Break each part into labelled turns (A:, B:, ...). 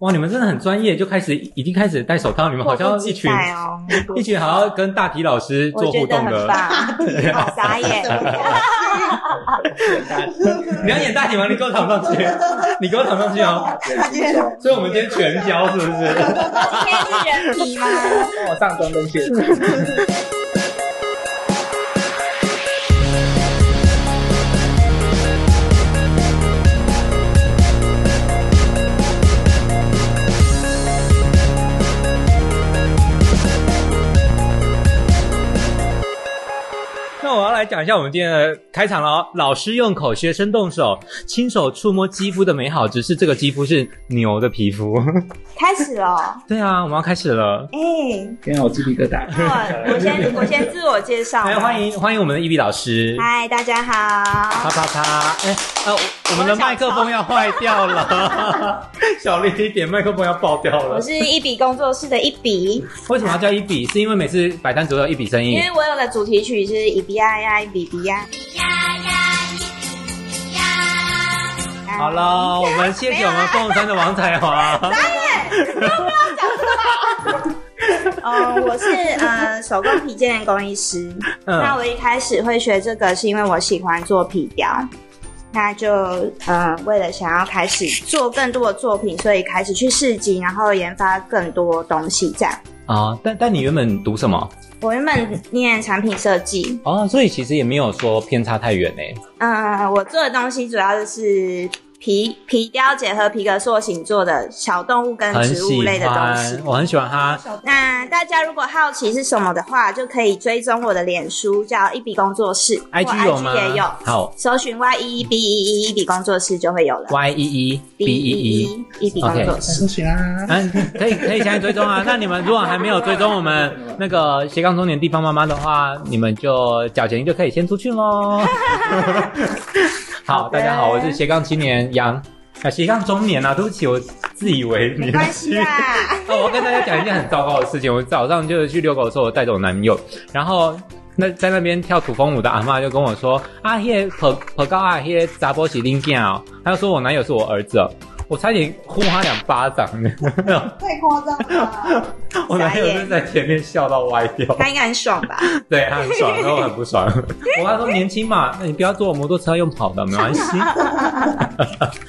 A: 哇，你们真的很专业，就开始已经开始戴手 套，你们好像一群、
B: 哦、
A: 一群好像跟大体老师做
B: 我觉
A: 互
B: 得
A: 动
B: 很
A: 的，
B: 棒， 好傻眼。
A: 你要演大体吗？你给我躺上 去，你给我躺上去哦！
C: 他今天
A: 所以我们今天全交是不是？
B: 今天是人皮吗？
D: 帮我上装东西。
A: 那我要来讲一下我们今天的开场了哦。老师用口，学生动手，亲手触摸肌肤的美好，只是这个肌肤是牛的皮 肤。
B: 开始了。
A: 对啊，我们要开始了。
B: 哎、嗯
D: 天啊，我鸡皮疙 瘩。
B: 那我我先我先自我介绍。
A: 来，哎欢。迎欢迎我们的伊比老师。
B: 嗨，大家
A: 啪
B: 好。
A: 啪啪！哎、啊，我我们的麦克风要坏掉了， 小力一点，麦克风要爆掉了
B: 我。是一笔工作室的一笔，
A: 为什么要叫一比？是因为每次摆摊只有一笔生意
D: 嗯
B: 因。为我有的主题曲是一比呀呀一比比呀。
A: 好，了，我们谢谢我们凤山的王彩华。
B: 哎嗯，我是呃手工皮件工艺师。那
A: 嗯，
B: 我一开始会学这个，是因为我喜欢做皮雕，那就呃为了想要开始做更多的作品，所以开始去市集，然后研发更多东西这样。
A: 啊，但但你原本读什么？
B: 我原本念产品设计，
A: 哦，所以其实也没有说偏差太远诶。
B: 嗯、我做的东西主要就是皮皮雕结合皮革塑形做的小动物跟
A: 很
B: 植物
A: 喜
B: 类的东西
A: 欢，。我很喜欢他。
B: 那大家如果好奇是什么的话，就可以追踪我的脸书，叫一笔工作室我
A: IG 有吗？
B: 也有。
A: 好
B: 搜寻 Y E E B E E 一笔工作室就会有了。
A: ，Y E E B E E。
B: 一笔工作室，
D: 收起啦。
A: 嗯，可以可以现在追踪 啊。那你们如果还没有追踪我们那个斜杠中年地方妈妈的话，你们就缴钱就可以先出去 喽。好，
B: 好的
A: 大家好，我是斜杠青年杨。啊，斜杠中年啊，对不起，我自以为
B: 没
A: 年
B: 关
A: 轻
B: 系。 啊。
A: 哦，我要跟大家讲一件很糟糕的事情。我早上就是去遛狗的时候，我带着我男友，然后那在那边跳土风舞的阿嬷就跟我说：“啊，迄个婆婆高啊，迄个杂波喜丁囝哦。”她就说我男友是我儿子哦，我差点呼他两巴掌。
C: 太夸张了，
A: 我男友就在前面笑到歪掉，
B: 他应该很爽吧？
A: 对他很爽，然后我很不 爽。我跟他说年轻嘛，那你不要坐摩托车，用跑的没 关系。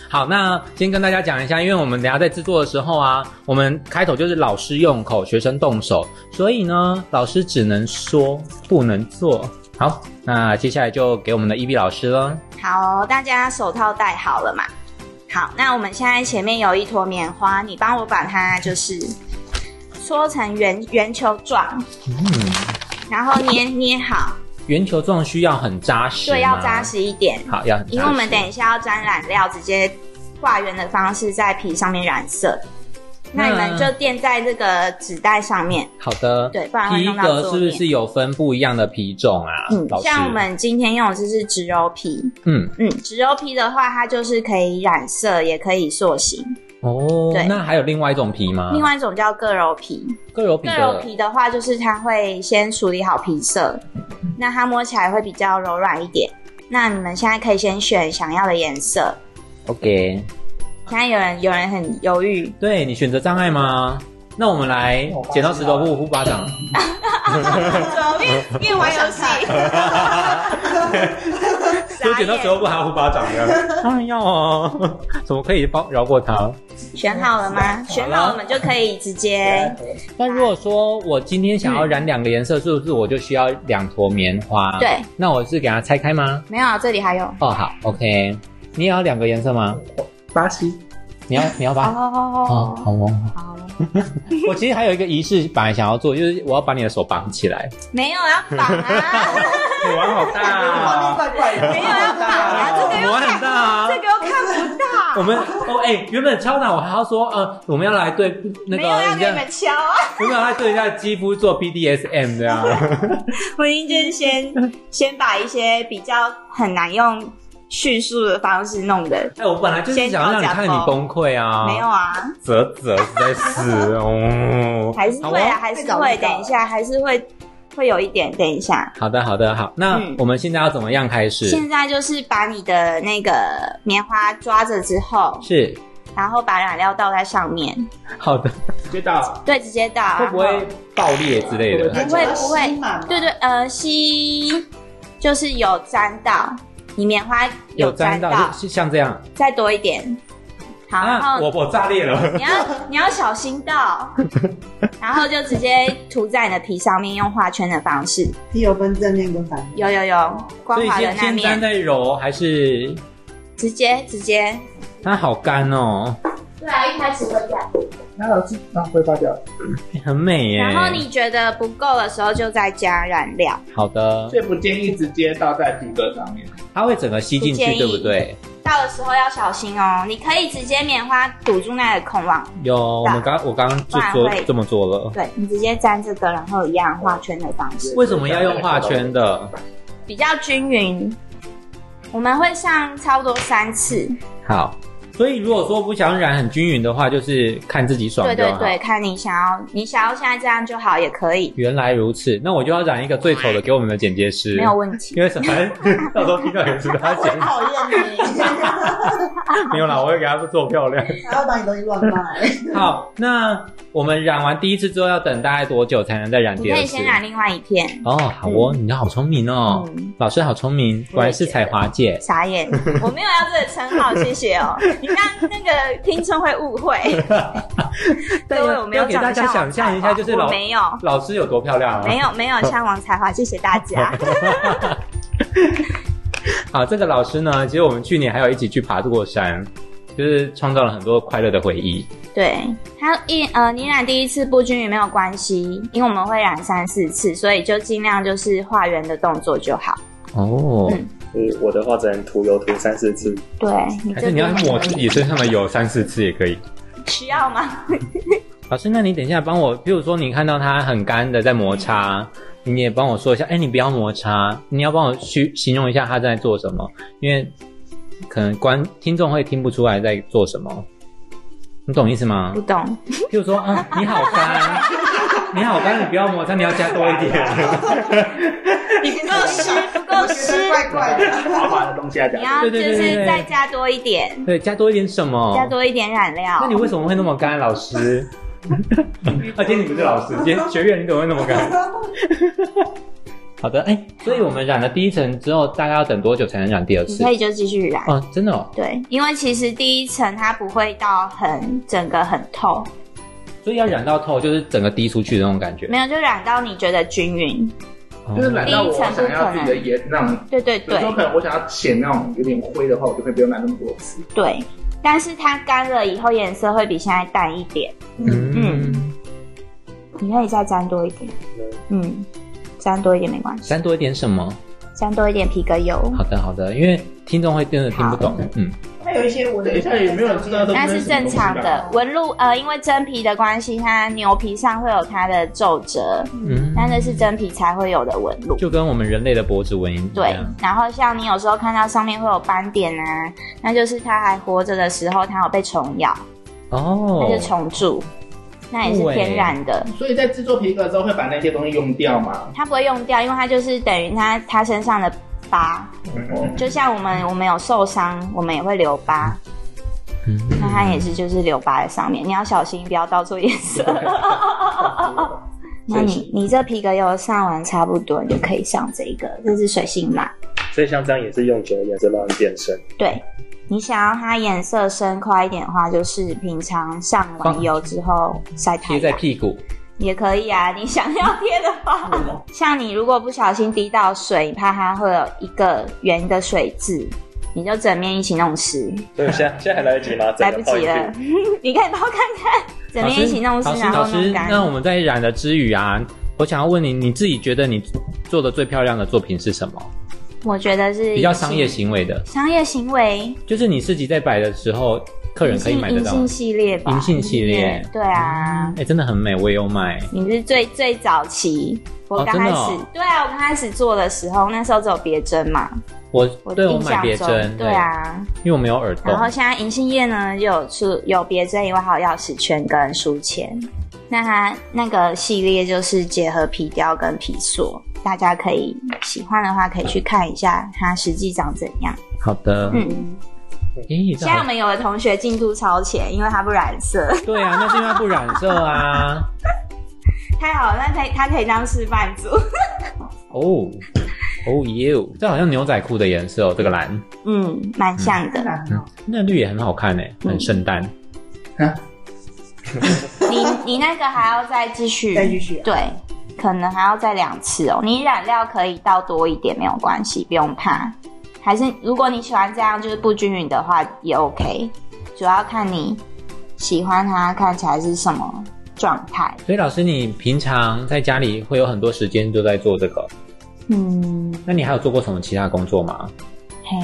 A: 好，那先跟大家讲一下，因为我们等一下在制作的时候啊，我们开头就是老师用口，学生动手，所以呢，老师只能说不能做。好，那接下来就给我们的 E B 老师了。
B: 好，大家手套戴好了嘛？好，那我们现在前面有一坨棉花，你帮我把它就是搓成圆圆球状，
A: 嗯，
B: 然后捏捏好，
A: 圆球状需要很扎实，
B: 对，要扎。实一点，
A: 好，要很扎实。
B: 因为我们等一下要沾染料，直接画圆的方式在皮上面染色。那你们就垫在这个纸袋上面，
A: 好的。
B: 对，不然会
A: 皮
B: 弄到
A: 革
B: 桌
A: 是不
B: 面。
A: 是有分不一样的皮种啊？
B: 嗯
A: 老，师
B: 像我们今天用的就是植鞣皮，
A: 嗯
B: 嗯，植鞣皮的话，它就是可以染色，也可以塑形。
A: 哦
B: 对，
A: 那还有另外一种皮吗？
B: 另外一种叫铬鞣皮，
A: 各有皮
B: 铬
A: 嗯
B: 鞣
A: 的
B: 皮的话，就是它会先处理好皮色，那它摸起来会比较柔软一点。那你们现在可以先选想要的颜色。
A: ，OK，
B: 现在有人有人很犹豫，
A: 对你选择障碍吗？那我们来剪刀石头 布呼巴掌，
B: 怎么变变玩 游戏？
A: 就剪刀石头布还要呼巴掌 的，当然要哦，怎么可以包饶过
B: 嗯
A: 他？
B: 选好了吗？选好我们就可以直接
A: 那如果说我今天想要染两个颜色，是不是我就需要两坨棉花？
B: 对，
A: 那我是给它拆开吗？
B: 没有，啊这里还有
A: 哦，好，OK，你也要两个颜色吗？
D: 巴西，
A: 你要你要把哦，
B: 哦，
A: 好哦。
B: 好，
A: 我其实还有一个仪式，本来想要做，就是我要把你的手绑起来。
B: 没有要绑 啊，
A: 你玩好大啊
C: 画面！怪怪的，
B: 没有要绑啊，这个又
A: 我很大啊
B: 看，这个又看不到。
A: 我们哦哎、原本敲打我还要说呃，我们要来对那个
B: 没有要
A: 人
B: 给
A: 家
B: 你，们敲啊！
A: 原本要来对一下肌肤做 BDSM 这 样。
B: 我已经就是先先把一些比较很难用叙述的方式弄的，
A: 哎、我本来就是想要让你看你崩溃啊，
B: 没有啊，
A: 啧啧实在是哦。
B: 还是会啊，还是会，等一下还是会会有一点，等一下。
A: 好的好的好，那
B: 嗯
A: 我们现在要怎么样开始？
B: 现在就是把你的那个棉花抓着之后，
A: 是
B: 然后把染料倒在上面，
A: 好的，
D: 直接到
B: 对，直接倒。啊
A: 会不会爆裂之类
D: 会
A: 的？
D: 不会
B: 不会不会
C: 吸满吗
B: 对对，呃，吸就是有沾到，你棉花有沾
A: 有到，是是像这样
B: 再多一点。好，嗯然
A: 啊，
B: 后
A: 我我炸裂了，
B: 你要你要小心 倒，然后就直接涂在你的皮上面，用画圈的方式。
C: 皮有分正面跟反面，
B: 有有有，光
A: 所以
B: 滑的
A: 先
B: 那
A: 先粘
B: 面，
A: 再揉，还是
B: 直接直接。
A: 它好干哦，
B: 对啊，一开始会这样。
D: 那老师啊会爆掉，
A: 很美耶。
B: 然后你觉得不够的时候，就再加染料。
A: 好的，
D: 最不建议直接倒在皮革上面。
A: 它会整个吸进
B: 不建
A: 去，
B: 议
A: 对不对？
B: 倒的时候要小心哦，你可以直接棉花堵住那个孔网，
A: 有，我们刚我刚刚就
B: 啊不
A: 做
B: 然会
A: 这么做了。
B: 对你直接沾这个，然后一样画圈的方式，
A: 为什么要用画圈的？
B: 比较均匀。我们会上差不多三次，
A: 好，所以如果说不想染很均匀的话，就是看自己爽
B: 对
A: 就
B: 对
A: 好。
B: 对，看你想要，你想要现在这样就好，也可以，
A: 原来如此，那我就要染一个最丑的给我们的剪接师
B: 没，有问题。
A: 因为什么？到时候听到有人知道他剪，
C: 讨厌你，
A: 没有啦，我会给他做漂亮。
C: 还要把你东西乱卖。
A: 好，那我们染完第一次之后要等大概多久才能再染
B: 你
A: 第
B: 可
A: 二
B: 以
A: 次
B: 先？染另外一片，
A: 哦，好哦，你好聪明哦，
B: 嗯
A: 老师好聪明，果然是才华界。
B: 傻眼，我没有要这个称号，谢谢哦。你让那个听众会误会，
A: 但
B: 各位我没有
A: 要给大
B: 长得
A: 家
B: 像
A: 想
B: 王
A: 象
B: 彩
A: 一下，
B: 华，
A: 就是
B: 我
A: 老
B: 没有，
A: 老师有多漂亮啊！
B: 没有没有像王才华，谢谢大 家。
A: 好，这个老师呢，其实我们去年还有一起去爬过山，就是创造了很多快乐的回忆。
B: 对，它一呃，你染第一次不均匀没有关系，因为我们会染三四次，所以就尽量就是画圆的动作就好。
A: 哦，
B: 嗯
E: 就是嗯我的话只能涂油涂三四次，
B: 对，你
A: 还
B: 这
A: 是你要
B: 边
A: 抹自己身上的油三四次也可以。
B: 需要吗？
A: 老师，那你等一下帮我，比如说你看到它很干的在摩擦，你也帮我说一下，哎、你不要摩擦，你要帮我去形容一下它在做什么，因为可能观听众会听不出来在做什么，你懂意思吗
B: 不？懂，
A: 譬如说，啊，你好 干，你好干，你不要摩擦，你要加多一点。
B: 你不够湿，不够湿，
C: 怪怪的，
D: 滑滑的东西来啊
B: 你
D: 讲，
B: 要
A: 对
B: 就
A: 对对对
B: 是
A: 对
B: 再加多一点，
A: 对，加多一点什么？
B: 加多一点染料。
A: 那你为什么会那么干，老 师？啊，今天你不是老师，今天学院你怎么会那么 干？好的，哎、所以我们染了第一层之后，大概要等多久才能染第二
B: 你
A: 次
B: 可？以就继续染。
A: 哦，真的哦，
B: 对，因为其实第一层它不会到很整个很透，
A: 所以要染到透，就是整个滴出去的那种感觉。
B: 没有就染到你觉得均匀。
A: 哦
D: 就是染到我想要自己的颜那种。
B: 对对
D: 有
B: 嗯对
D: 时候可能我想要浅那种有点灰的话，我就会不用染那么多次。
B: 对，但是它干了以后颜色会比现在淡一点。
A: 嗯，
B: 你可以再沾多一点，嗯，沾多一点没关系，
A: 沾多一点什么？
B: 沾多一点皮革油。
A: 好的，好的，因为听众会真的听不懂。嗯，
C: 它有一些纹路。
D: 等一下也没有人知道都
B: 那是正常的，纹路呃，因为真皮的关系，它牛皮上会有它的皱褶，
A: 嗯，
B: 但那是真皮才会有的纹路。
A: 就跟我们人类的脖子纹一
B: 对
A: 样。，
B: 然后像你有时候看到上面会有斑点啊，那就是它还活着的时候，它有被虫咬，
A: 哦
B: 它，就虫蛀，那也是天然的，
D: 所以在制作皮革的时候会把那些东西用掉嘛？
B: 它不会用掉，因为它就是等于它它身上的疤，就像我们我们有受伤，我们也会留疤，
A: 嗯
B: 那它也是就是留疤在上面，你要小心，不要倒错颜色。 那你你这皮革油上完差不多，你就可以上这一个，这是水性蜡。
E: 所以像这样也是用久了颜色慢慢变深。
B: 对，你想要它颜色深快一点的话，就是平常上完油之后晒太
A: 贴在
B: 阳
A: 屁股。
B: 也可以啊。你想要贴的话，像你如果不小心滴到水，怕它会有一个圆的水渍，你就整面一起弄湿。
E: 所以现在现在还来得及吗？
B: 来不及了， 你可以帮我看看，整
A: 老师，
B: 面一起弄湿
A: 老，师，
B: 然
A: 老
B: 后
A: 师
B: 弄，干。
A: 那我们在染的之余啊，我想要问你，你自己觉得你做的最漂亮的作品是什么？
B: 我觉得是
A: 比较商业行为的，
B: 商业行为，
A: 就是你自己在摆的时候，客人
B: 银
A: 可以
B: 杏
A: 买得
B: 银
A: 到。
B: 杏系列吧，
A: 银杏系列嗯
B: 对啊，
A: 哎、真的很美，我也有买。
B: 你是最最早期，我
A: 哦
B: 刚开
A: 真
B: 始、
A: 的哦
B: 对啊，我刚开始做的时候，那时候只有别针嘛，
A: 我
B: 我
A: 对我
B: 印
A: 买
B: 象
A: 别
B: 中
A: 针，
B: 对啊，
A: 因为我没有耳洞
B: 然。后现在银杏叶呢，又有出有别针以外，还有钥匙圈跟书签。那它那个系列就是结合皮雕跟皮塑，大家可以喜欢的话可以去看一下它实际长怎样。
A: 好的，
B: 嗯，
A: 咦，这
B: 现在我
A: 好
B: 们有的同学进度超前，因为它不染色，
A: 对啊，那是因为它不染色啊。
B: 太好了，那可以它可以当示范组。
A: 哦哦耶，这好像牛仔裤的颜色哦，这个蓝，
B: 嗯，蛮像的。
C: 难哦。
A: 那绿也很好看哎，很圣诞。
B: 你你嗯那个还要再继续，
C: 再继续啊
B: 对，可能还要再两次哦。你染料可以倒多一点，没有关系，不用怕。还是如果你喜欢这样就是不均匀的话也 OK，主要看你喜欢它看起来是什么状态。
A: 所以老师，你平常在家里会有很多时间都在做这个，
B: 嗯，
A: 那你还有做过什么其他工作吗？
B: 嘿，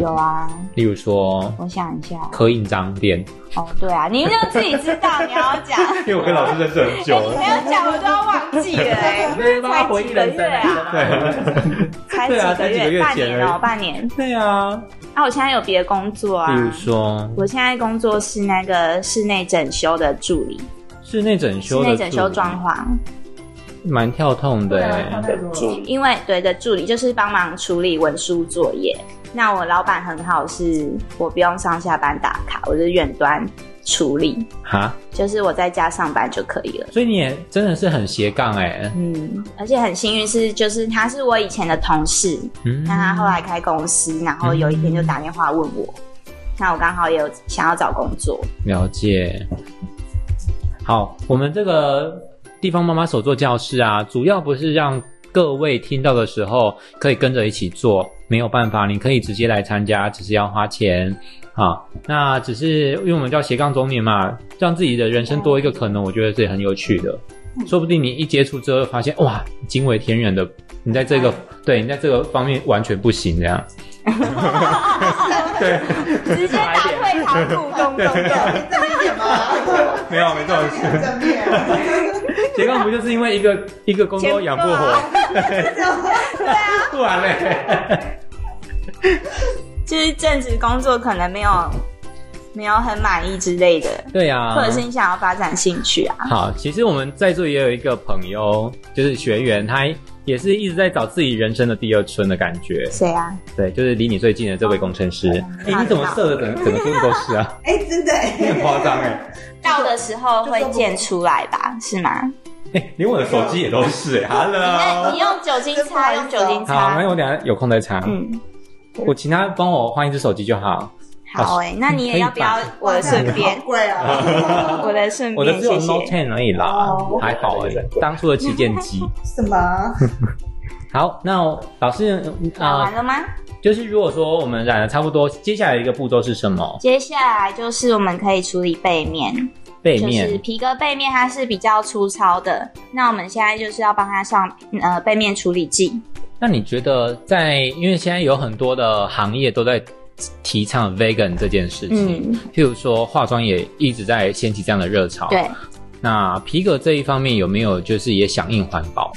B: 有啊，
A: 例如说
B: 我想一下，
A: 刻印章店，
B: 哦，对啊，你就自己知道你要讲，
A: 因为我跟老师认识很久
B: 没有讲我都要忘记了、 欸，才几个月啊，
A: 对
B: 才
A: 对啊
B: 几
A: 才
B: 个
A: 几个
B: 月，
A: 月
B: 半
A: 前
B: 年哦、
A: 而已
B: 半年。
A: 对啊，
B: 那、我现在有别的工作啊，
A: 例如说
B: 我现在工作是那个室内整修的助理，
A: 室内整
B: 室
A: 修的
B: 内整修
A: 助理
B: 装潢，
A: 蛮跳痛的
C: 啊
A: 欸
C: 他，在
E: 的
C: 做
E: 助理。
B: 因为对的助理就是帮忙处理文书作业。那我老板很好，是我不用上下班打卡，我是远端处理，
A: 哈，
B: 就是我在家上班就可以了。
A: 所以你也真的是很斜杠哎，
B: 嗯，而且很幸运是，就是他是我以前的同事，
A: 嗯
B: 那他后来开公司，然后有一天就打电话问我，那我刚好也有想要找工作，
A: 了解。好，我们这个地方妈妈手作教室啊，主要不是让各位听到的时候可以跟着一起做，没有办法，你可以直接来参加，只是要花钱啊。那只是因为我们叫斜杠中年嘛，让自己的人生多一个可能，我觉得是很有趣的。说不定你一接触之后，发现哇，惊为天人的，你在这个对你在这个方面完全不行这样。对，
B: 直接打退堂 鼓，咚咚咚。
C: 正面吗？
A: 没有没这种事。
C: 正面。
A: 斜杠不就是因为一个一个工作养不活，
B: 啊
A: 不然嘞？
B: 就是正职工作可能没有没有很满意之类的，
A: 对呀、
B: 或者是你想要发展兴趣啊。
A: 好，其实我们在座也有一个朋友，就是学员，他也是一直在找自己人生的第二春的感觉。
B: 谁啊？
A: 对，就是离你最近的这位工程师。
B: 哦
A: 哎、你怎么射的整整个桌子都是 啊？
C: 哎，真的
A: 你很
C: 哎。
A: 夸张哎！
B: 到的时候会溅出来吧？是吗？
A: 哎，连我的手机也都 是哎、
B: 那你
A: Hello。
B: 用酒精擦，用酒精
A: 好，
B: 擦
A: 那。我等一啊下有空再查。
B: 哦嗯，
A: 我请他帮我换一只手机就好。
B: 好哎、那你也要不要我的顺便
C: 好？贵啊！
B: 我的顺
A: 我的
B: 便，
A: 只有
B: 嗯谢
A: Note
B: 谢。
A: Ten 而已啦
C: 哦，
A: 还好而已。当初的旗舰 机。
C: 什么？
A: 好，那老师
B: 讲
A: 啊、
B: 完了吗？
A: 就是如果说我们染的差不多，接下来一个步骤是什么？
B: 接下来就是我们可以处理背面，
A: 背
B: 就是
A: 面
B: 皮革背面它是比较粗糙的，那我们现在就是要帮它上呃背面处理剂。
A: 那你觉得在，因为现在有很多的行业都在提倡 vegan 这件事情，
B: 嗯，
A: 譬如说化妆也一直在掀起这样的热潮。
B: 对。
A: 那皮革这一方面有没有就是也响应环保？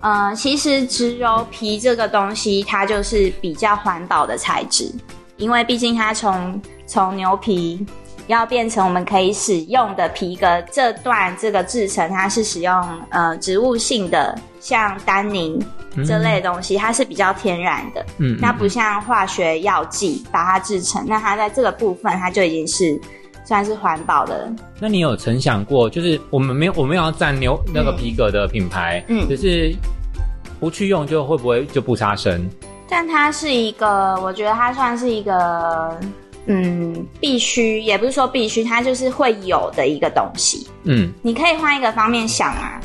B: 呃，其实植鞣皮这个东西，它就是比较环保的材质，因为毕竟它从从牛皮要变成我们可以使用的皮革这段这个制成，它是使用呃植物性的，像丹宁
A: 嗯
B: 这类的东西，它是比较天然的，
A: 嗯，
B: 那不像化学药剂把它制成，那它在这个部分它就已经是算是环保的，
A: 那你有曾想过，就是我们没有，我们要占牛那个皮革的品牌，
B: 嗯
A: 只是不去用就会不会就不杀生？
B: 但它是一个，我觉得它算是一个，嗯，必须，也不是说必须，它就是会有的一个东西。
A: 嗯，
B: 你可以换一个方面想啊，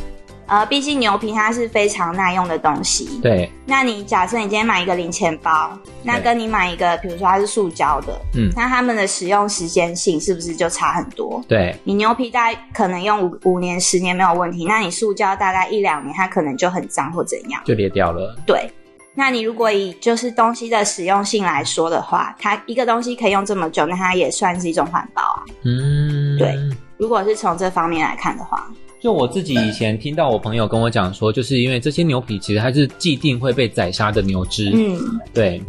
B: 呃，毕竟牛皮它是非常耐用的东西。
A: 对，
B: 那你假设你今天买一个零钱包，那
A: 对
B: 跟你买一个，比如说它是塑胶的，
A: 嗯
B: 那它们的使用时间性是不是就差很多？
A: 对，
B: 你牛皮大概可能用五五年、十年没有问题，那你塑胶大概一两年，它可能就很脏或怎样。
A: 就裂掉了。
B: 对，那你如果以就是东西的使用性来说的话，它一个东西可以用这么久，那它也算是一种环保啊。
A: 嗯，
B: 对如果是从这方面来看的话，
A: 就我自己以前听到我朋友跟我讲说，就是因为这些牛皮其实它是既定会被宰杀的牛只，
B: 嗯，
A: 对，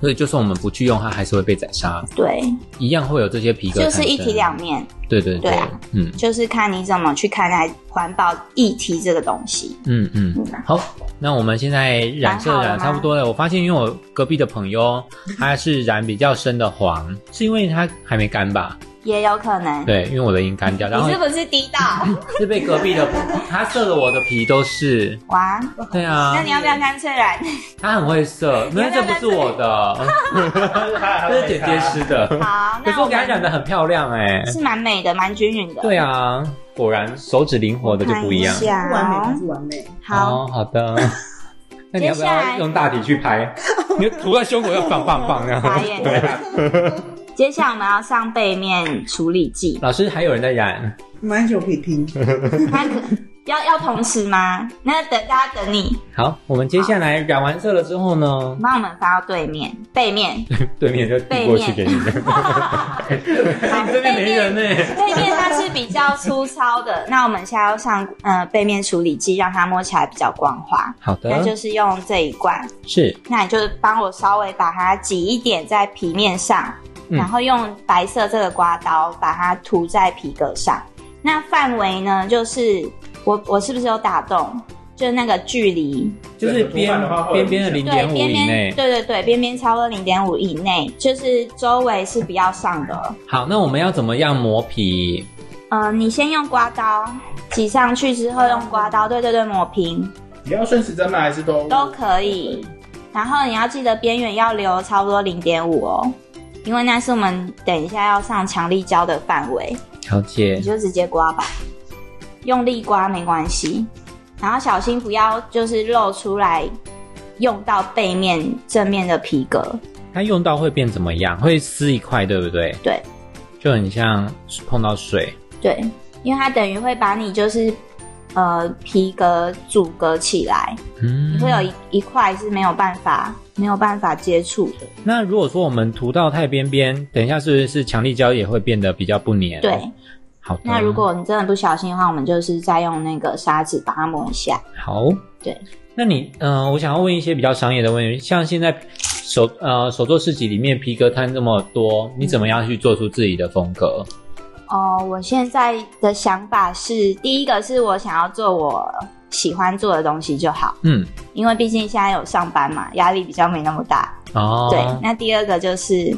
A: 所以就算我们不去用它，还是会被宰杀，
B: 对，
A: 一样会有这些皮革。
B: 就是一体两。面，
A: 对对
B: 对啊
A: 嗯
B: 就是看你怎么去看待环保议题这个东西。
A: 嗯嗯。
B: 嗯，
A: 好，那我们现在染色
B: 染好了
A: 染
B: 吗
A: 差不多了。我发现，因为我隔壁的朋 友他是染比较深的黄，是因为他还没干吧？
B: 也有可能。
A: 对，因为我的已经干掉，然后
B: 你是不是低 到？
A: 是被隔壁的他射的我的皮都是。
B: 哇，
A: 对啊
B: 哦那，你要不要干脆染？
A: 他很会射，没有这不是我的，嗯这是姐姐师的。
B: 好，
A: 可是
B: 那
A: 我
B: 我
A: 给他染
B: 们
A: 的很漂亮哎、
B: 是蛮美的，蛮均匀的。
A: 对，啊，果然手指灵活的就不一样
B: 看。下
C: 不完美，它是完美。
B: 好，
A: 哦，好 的。那你要不要用大体去拍？你涂在胸口要棒棒棒那样。
B: 眨眼。 接下来我们要上背面处理剂，
A: 老师还有人在染，
C: 蛮久可以听，嗯
B: 那可 要要同时吗？那等大家等你，
A: 好，我们接下来染完色了之后呢，
B: 帮我们发到对面背面，
A: 对面就递过去给你。你 这边没人呢、
B: 背面它是比较粗糙 的，那我们现在要上呃背面处理剂，让它摸起来比较光滑。
A: 好
B: 那就
A: 的，
B: 是用这一罐，
A: 是
B: 那你就帮我稍微把它挤一点在皮面上，
A: 嗯
B: 然后用白色这个刮刀把它涂在皮革上。那范围呢，就是我我是不是有打洞？就是那个距离，
A: 就是边边边的零
B: 对
A: 点五
B: 边
A: 以
B: 边，
A: 内。
B: 对对对，边边超过零点五以内，就是周围是比较上的。
A: 好，那我们要怎么样磨皮？
B: 嗯、你先用刮刀挤上去之后，用刮刀，对对对，抹平
D: 你要顺时针吗？还是都
B: 都可以。然后你要记得边缘要留差不多零点五哦，因为那是我们等一下要上强力胶的范围，
A: 了解
B: 你，就直接刮吧，用力刮没关系。然后小心不要就是露出来，用到背面正面的皮革。
A: 它用到会变怎么样？会撕一块，对不对？
B: 对，
A: 就很像碰到水。
B: 对，因为它等于会把你就是呃皮革阻隔起来，
A: 嗯
B: 你会有一一块是没有办法没有办法接触的。
A: 那如果说我们涂到太边边，等一下是不是强力胶也会变得比较不粘？
B: 对，
A: 好的。
B: 那如果你真的不小心的话，我们就是再用那个砂纸把它磨一下。
A: 好，
B: 对，
A: 那你嗯、呃我想要问一些比较商业的问题，像现在手呃手作市集里面皮革摊这么多，你怎么样去做出自己的风格？
B: 哦、我现在的想法是，第一个是我想要做我喜欢做的东西就好，
A: 嗯，
B: 因为毕竟现在有上班嘛，压力比较没那么大。
A: 哦，
B: 对，那第二个就是，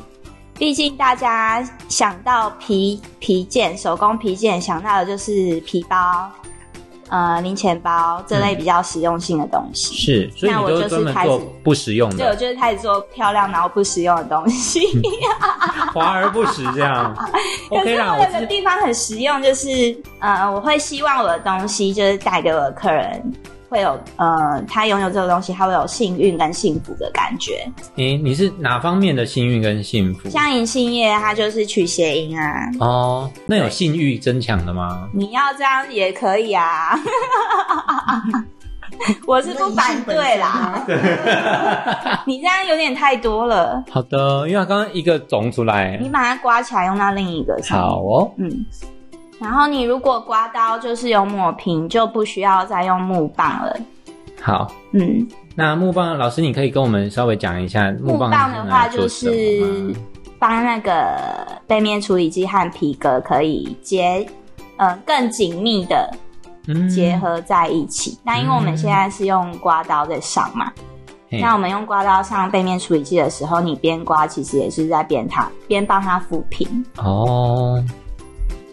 B: 毕竟大家想到皮皮件、手工皮件，想到的就是皮包、呃零钱包这
A: 嗯
B: 类比较实用性的东西。
A: 是，所以
B: 那
A: 你
B: 我
A: 都
B: 就是
A: 专门
B: 开始
A: 做不实用
B: 对，我
A: 的，
B: 就是开始做漂亮然后不实用的东西。
A: 华而不实这 样。
B: 可
A: OK
B: 是
A: 啦，
B: 我
A: 我
B: 有个
A: 知
B: 地方很实用，就是呃，我会希望我的东西就是带给我的客人会有呃，他拥有这个东西，他会有幸运跟幸福的感觉。
A: 你你是哪方面的幸运跟幸福？
B: 像银杏叶，它就是取谐音啊，
A: 哦，那有性欲增强的吗？
B: 你要这样也可以啊， 我是不反对啦。
C: 对，
B: 你这样有点太多了，
A: 好的，因为它刚刚一个总出来
B: 你，把它刮起来用到另一个上面
A: 好，哦，
B: 嗯。然后你如果刮刀就是有抹平，就不需要再用木棒了。
A: 好。
B: 嗯，
A: 那木棒老师，你可以跟我们稍微讲一下木
B: 木
A: 棒
B: 棒的话
A: 是拿来做
B: 就
A: 什么
B: 是
A: 吗
B: 帮那个背面处理机和皮革可以结，呃，更紧密的
A: 嗯
B: 结合在一起。那因为我们现在是用刮刀在上嘛，
A: 嗯嘿
B: 那我们用刮刀上背面处理器的时候，你边刮其实也是在边它边帮它抚平。
A: 哦，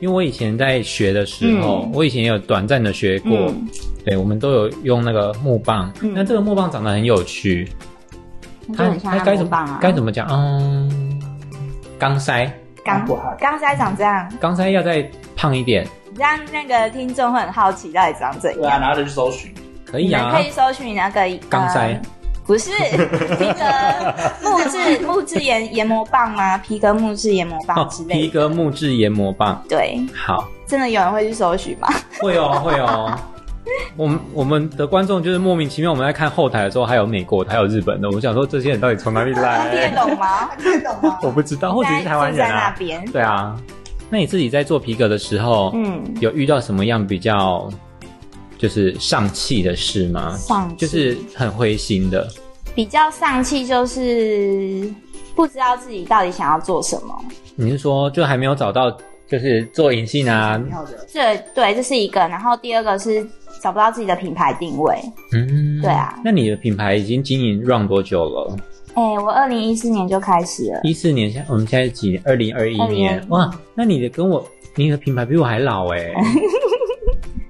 A: 因为我以前在学的时候，
B: 嗯
A: 我以前也有短暂的学过，
B: 嗯，
A: 对，我们都有用那个木棒。
B: 嗯
A: 那这个木棒长得很有趣，
B: 那就很像
A: 它该怎
B: 木
A: 么、
B: 棒啊，
A: 该怎么讲？嗯，钢塞，
B: 刚刚才长这样，
A: 钢塞要再胖一点，
B: 让那个听众会很好奇到底长怎
D: 对啊，
B: 样。
D: 然后就去搜 寻。
A: 可
B: 你
A: 以
B: 们
A: 啊
B: 可。以搜寻那个
A: 钢塞
B: 呃 不是皮革木质木质研研磨棒吗？皮革木质研磨
A: 哦
B: 棒啊之，类
A: 皮
B: 的。
A: 革木质研磨棒，
B: 对，
A: 好，
B: 真的有人会去搜 寻吗？
A: 会哦，会哦。 我们我们的观众就是莫名其妙，我们在看后台的时候，还有美国的，还有日本的，我们想说这些人到底从哪里
B: 听得
A: 来？
B: 懂吗？
C: 看懂吗？
A: 哎我不知道，或许是台湾人
B: 在那
A: 啊。
B: 边，
A: 对啊，那你自己在做皮革的时候，
B: 嗯，
A: 有遇到什么样比较就是上气的事吗？
B: 上
A: 就是很灰心的，
B: 比较丧气，就是不知道自己到底想要做什么。
A: 你是说就还没有找到就是做银杏啊？
C: 要的。
B: 这对，这是一个。然后第二个是找不到自己的品牌定位。
A: 嗯，
B: 对啊
A: 那你的品牌已经经营 run 多久了？
B: 哎、我二零一四年就开始了，
A: 一四年，现我们现在几年？二零二一年
B: 2021。
A: 哇，那你的跟我，你的品牌比我还老 哎、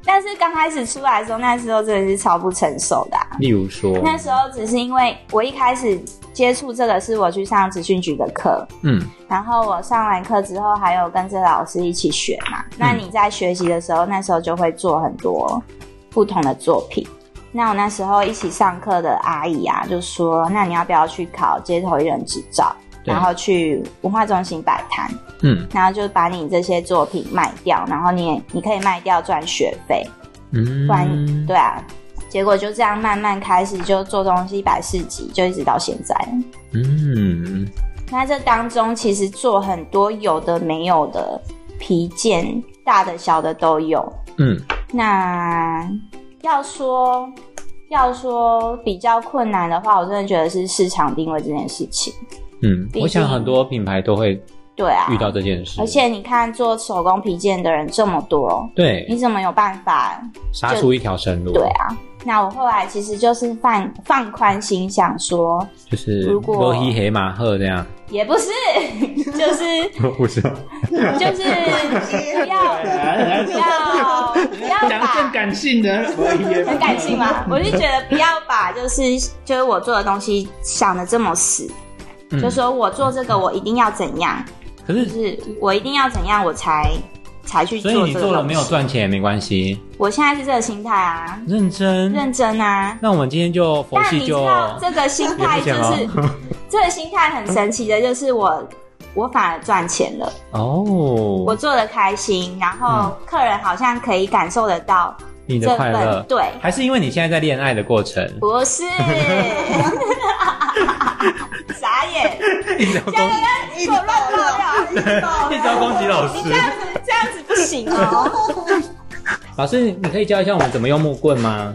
B: 但是刚开始出来的时候，那时候真的是超不成熟的啊、
A: 例如说，
B: 那时候只是因为我一开始接触这个是我去上职训局的课，
A: 嗯，
B: 然后我上完课之后还有跟着老师一起学嘛。那你在学习的时候，那时候就会做很多不同的作品。那我那时候一起上课的阿姨啊，就说：“那你要不要去考街头艺人执照，
A: 对
B: 然后去文化中心摆摊，
A: 嗯
B: 然后就把你这些作品卖掉，然后你也你可以卖掉赚学费。”
A: 嗯，
B: 不然、对啊，结果就这样慢慢开始就做东西摆市集，就一直到现在。
A: 嗯，
B: 那这当中其实做很多有的没有的皮件，大的小的都有。
A: 嗯，
B: 那要说要说比较困难的话，我真的觉得是市场定位这件事情。
A: 嗯，
B: 毕
A: 我想
B: 竟
A: 很多品牌都会
B: 对啊，
A: 遇到这件事，
B: 而且你看做手工皮件的人这么多，
A: 对
B: 你怎么有办法
A: 杀出一条生路，
B: 对啊，那我后来其实就是放放宽心，想说
A: 就是
B: 如果
A: 罗伊黑马赫这样，
B: 也不是， 就是
A: 不是，
B: 就是不要
D: 哎
B: 不要不要
D: 讲正
B: 把
D: 感性的，
B: 很
D: 很
B: 感性嘛，我就觉得不要把就是就是我做的东西想的这么死，
A: 嗯
B: 就说我做这个我一定要怎样，
A: 可是
B: 就，是我一定要怎样我才才去做
A: 所
B: 这
A: 以
B: 个
A: 你做了没有
B: 东西？
A: 赚钱也没关系，
B: 我现在是这个心态啊，
A: 认真。
B: 认真啊，
A: 那我们今天就佛
B: 但
A: 系
B: 你知
A: 就，
B: 道这个心态就
A: 也
B: 是
A: 不哦
B: 这个心态很神奇的，就是我我反而赚钱了，我
A: 哦，
B: 做的开心，然后客人好像可以感受得到
A: 嗯你的
B: 这
A: 快
B: 份
A: 乐，
B: 对。
A: 还是因为你现在在恋爱的过 程，
B: 不是，傻眼！
A: 一直要
B: 这
A: 攻，
B: 样跟我乱爆 料，
A: 一直要攻击老
B: 你
A: 师
B: 这。样子这样子不行 哦。
A: 老师，你可以教一下我们怎么用木棍吗？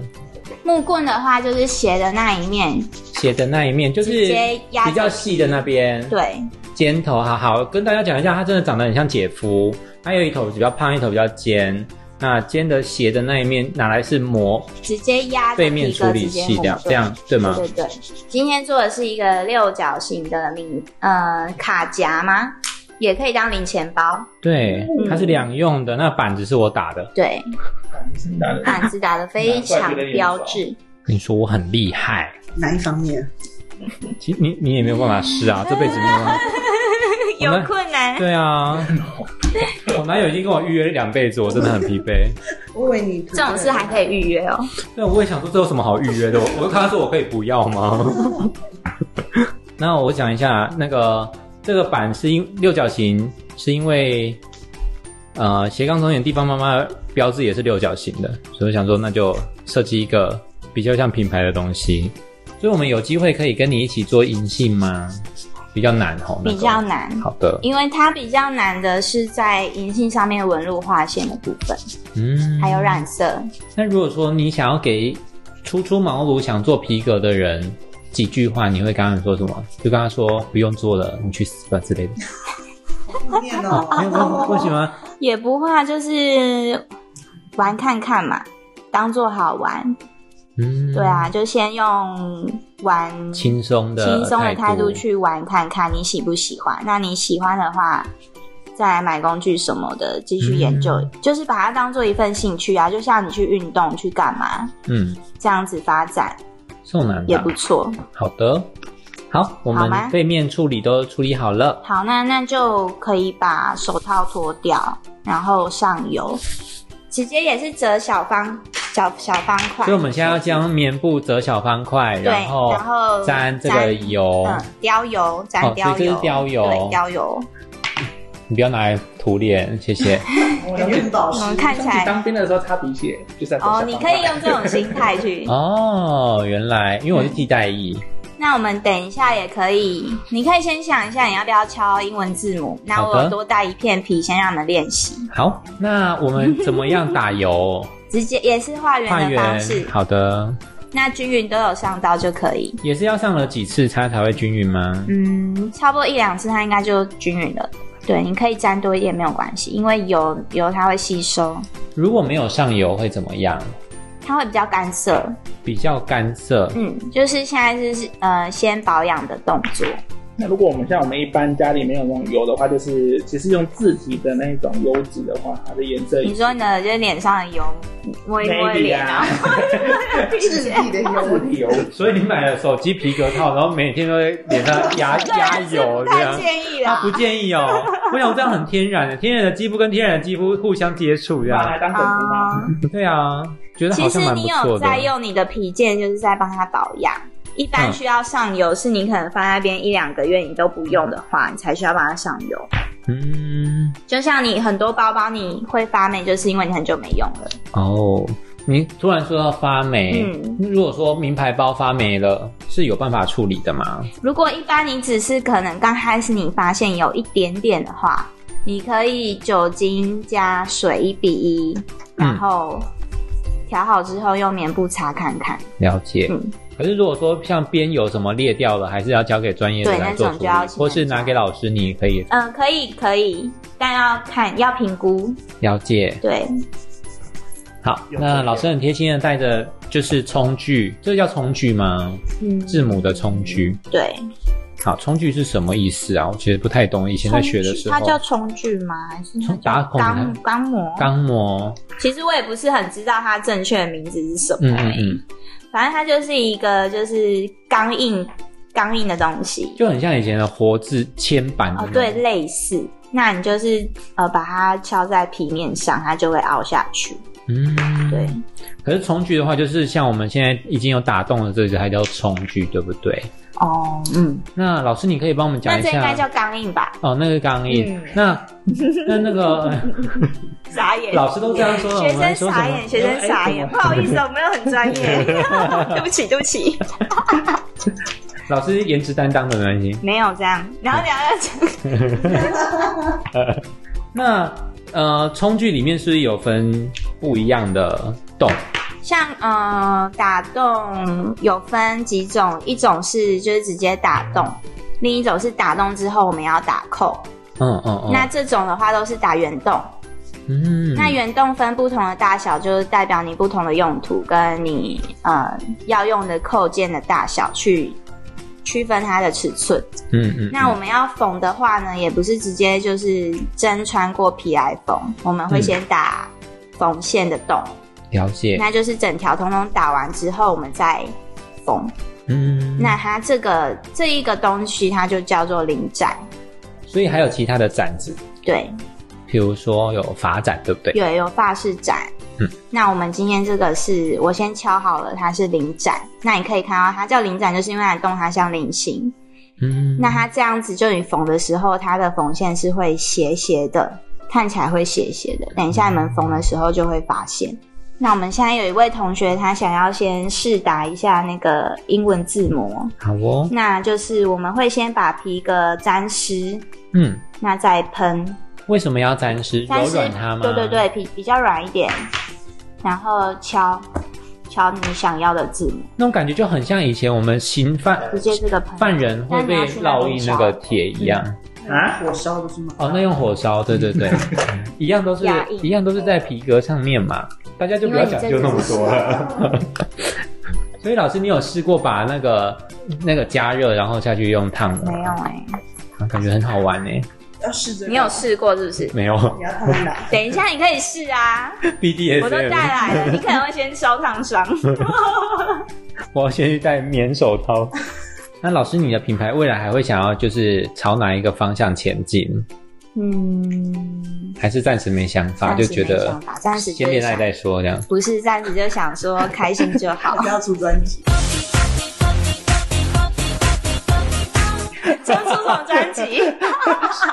B: 木棍的话就是斜的那一面，
A: 斜的那一面就是
B: 直接压
A: 比较
B: 着
A: 细的那边，
B: 对，
A: 尖头，好好跟大家讲一下，它真的长得很像姐夫，它有一头比较胖，一头比较尖。那尖的斜的那一面拿来是磨
B: 直接压着
A: 背面
B: 皮革
A: 处理
B: 直接
A: 器，这样这样对
B: 磨
A: 吗？
B: 对对对，今天做的是一个六角形的零呃卡夹吗？也可以当零钱包，
A: 对，它是两用的。那板子是我打的，
B: 对，
D: 打的
B: 板子打得非常标志。
A: 你说我很厉害，
C: 哪一方面？
A: 其实你你也没有办法试
B: 嗯
A: 啊，这辈子没有办法。
B: 有困 难，
A: 对啊，我男友已经跟我预约两辈子，我真的很疲惫。
C: 我以为你
B: 这种事还可以预约哦。
A: 对，我也想说这有什么好预约的？我我就跟他说我可以不要 吗？那我讲一下，那个这个板是因六角形，是因为呃斜杠中年地方妈妈标志也是六角形的，所以我想说那就设计一个比较像品牌的东西。所以我们有机会可以跟你一起做银杏吗？比较难哦，那个
B: 比较难，
A: 好的，
B: 因为它比较难的是在银杏上面纹路画线的部分，
A: 嗯，
B: 还有染色。
A: 那如果说你想要给初出茅庐想做皮革的人几句话，你会跟他们说什么？就跟他说不用做了，你去死吧之 类的。
C: 负面哦。
A: 没有没有为什么？
B: 也不画，就是玩看看嘛，当做好玩。
A: 嗯，
B: 对，啊，就先用玩
A: 轻松的
B: 轻松的态
A: 态
B: 度。去玩看看，你喜不喜欢？那你喜欢的话，再来买工具什么的，继续研究，
A: 嗯
B: 就是把它当做一份兴趣啊，就像你去运动去干嘛
A: 嗯，
B: 这样子发展
A: 送难
B: 也
A: 吧
B: 不。错。
A: 好的，好，我
B: 好
A: 们
B: 吗
A: 背面处理都处理好了。
B: 好，那那就可以把手套脱掉，然后上油，直接也是折小方小小方块。
A: 所以我们现在要将棉布折小方块，
B: 对，然
A: 后
B: 后
A: 沾这个油，
B: 嗯，雕油，
A: 哦
B: 沾
A: 所以
B: 雕
A: 这是
B: 油，
A: 雕油
B: 对，雕油。
A: 你不要拿来涂脸，谢 谢。
D: 我
C: 感
D: 了
C: 觉
D: 解
C: 很保
B: 我
A: 嗯
C: 湿。
B: 们看起
D: 想起
B: 来，
D: 当兵的时候擦鼻血，就是在
B: 哦，你可以用这种心态 去。
A: 哦，原来因为我是替代役，
B: 那我们等一下也可以，你可以先想一下你要不要敲英文字母。那
A: 好
B: 我
A: 的
B: 有多带一片皮，先让你们练习，
A: 好，那我们怎么样打油？
B: 直接也是画圆
A: 画
B: 的方
A: 圆，
B: 式。
A: 好的，
B: 那均匀都有上到就可以。
A: 也是要上了几次它才会均匀吗？
B: 嗯，差不多一两次它应该就均匀了。对，你可以沾多一点没有关系，因为油油它会吸收，
A: 如果没有上油会怎么样？
B: 它会比较干涩。
A: 比较干涩，
B: 嗯，就是现在就是呃先保养的动作。
D: 那如果我们像我们一般家里没有那种油的话，就是其实用自体的那种油脂的话，它的颜色
B: 你说你的就是脸上的油摸一摸脸啊，
C: 质地的
D: 自
C: 油，
D: 体油。
A: 所以你买了手机皮革套，然后每天都会脸上压压油
B: 不
A: 这
B: 太
A: 样。
B: 建议
A: 他
B: 啦
A: 不。建议哦， 我想这样很天然的，天然的肌肤跟天然的肌肤互相接触这
D: 拿来
A: 样。
D: 当枕头吗？
B: 啊
A: 对啊，觉得好
B: 其
A: 像
B: 实
A: 蛮
B: 你
A: 不错
B: 有
A: 的。
B: 在用你的皮件，就是在帮它保养。一般
A: 嗯
B: 需要上油，是你可能放在那边一两个月你都不用的话，你才需要帮它上油。
A: 嗯，
B: 就像你很多包包你会发霉，就是因为你很久没用了。
A: 哦，你突然说到发霉，
B: 嗯
A: 如果说名牌包发霉了，是有办法处理的吗？
B: 如果一般你只是可能刚开始你发现有一点点的话，你可以酒精加水一比一，
A: 嗯
B: 然后调好之后用棉布擦看看。
A: 了解。
B: 嗯
A: 可是如果说像边有什么裂掉了，还是要交给专业的
B: 对
A: 来
B: 那
A: 做
B: 种
A: 处
B: 就要
A: 理，
B: 请
A: 或是
B: 人家
A: 拿给老师，你可以
B: 嗯，可以可以，但要看要评估。
A: 了解。
B: 对，
A: 好，
E: 有
A: 那
E: 重
A: 老师很贴心的带着就是冲具，这叫冲具吗？
B: 嗯，
A: 字母的冲具。
B: 对，
A: 好，冲具是什么意思啊？我其实不太懂，以前在学的时
B: 它
A: 候
B: 叫。冲具吗？还是它
A: 冲打
B: 叫
A: 孔
B: 钢
A: 的
B: 钢模？
A: 钢模，
B: 其实我也不是很知道它正确的名字是什么、
A: 嗯
B: 欸
A: 嗯嗯，
B: 反正它就是一个就是钢印钢印的东西，
A: 就很像以前的活字铅板的
B: 哦
A: 那，种
B: 对，类似。那你就是呃把它敲在皮面上，它就会凹下去。
A: 嗯，
B: 对，
A: 可是冲具的话，就是像我们现在已经有打洞的这个，还叫冲具，对不对？
B: 哦，嗯，
A: 那老师，你可以帮我们讲
B: 那
A: 一
B: 这
A: 下。
B: 应该叫钢印吧？
A: 哦，那个钢印。
B: 嗯
A: 那那那个
B: 傻眼，
A: 老师都这样说了，
B: 学
A: 我们
B: 生
A: 说什
B: 傻
A: 么
B: 眼，学生傻眼，不好意 思，我没有很专业， 对不起，对不起，
A: 老师颜值担当的没关系。
B: 没有这样。然后聊聊
A: 那呃，冲具里面是不是有分不一样的洞？
B: 像呃打洞有分几种，一种是就是直接打洞，另一种是打洞之后我们要打扣。
A: 嗯嗯嗯。
B: 那这种的话都是打圆洞，
A: 嗯，
B: 那圆洞分不同的大小，就是代表你不同的用途跟你呃要用的扣件的大小去。区分它的尺寸。
A: 嗯嗯，
B: 那我们要缝的话呢，也不是直接就是针穿过皮来缝，我们会
A: 嗯
B: 先打缝线的洞，
A: 了解。
B: 那就是整条通通打完之后，我们再缝。
A: 嗯，
B: 那它这个这一个东西，它就叫做零展，
A: 所以还有其他的展子，
B: 对，
A: 譬如说有法展，对不对？
B: 有有发饰展。
A: 嗯，
B: 那我们今天这个是我先敲好了，它是零展。那你可以看到它叫零展，就是因为它的洞它像菱形。
A: 嗯，
B: 那它这样子，就你缝的时候，它的缝线是会斜斜的，看起来会斜斜的。等一下你们缝的时候就会发现。那我们现在有一位同学，他想要先试打一下那个英文字母，
A: 好哦。
B: 那就是我们会先把皮革沾湿，
A: 嗯，
B: 那再喷，
A: 为什么要沾湿？
B: 沾
A: 柔
B: 湿
A: 软它吗？
B: 对对对，比比较软一点，然后敲敲你想要的字母，
A: 那种感觉就很像以前我们刑犯
B: 直接这个喷。
A: 犯人会被烙印那个铁一样。
D: 啊
C: 火烧不是吗？
A: 哦，那用火烧，对对对，一样都是
B: 压印
A: 一样都是在皮革上面嘛，大家就不要讲究那么多了。所以老师，你有试过把那个那个加热，然后下去用烫的吗？
B: 没有哎、
A: 啊，感觉很好玩呢。
C: 要试着
B: 你有？试过是不是？
A: 没有
C: 你要烫哪？
B: 等一下你可以试啊，我都
A: ，BDSM，
B: 带来了，你可能会先烧烫 伤。
A: 我要先去戴棉手 套。那老师，你的品牌未来还会想要就是朝哪一个方向前进？
B: 嗯，
A: 还是暂时没想法，
B: 暂
A: 就
B: 时
A: 觉
B: 没
A: 得
B: 想法暂时
A: 先
B: 就是
A: 恋爱
B: 想
A: 再说这样。
B: 不是暂时就想说开心就 好
C: 不，要出专辑，
B: 就出什么专辑？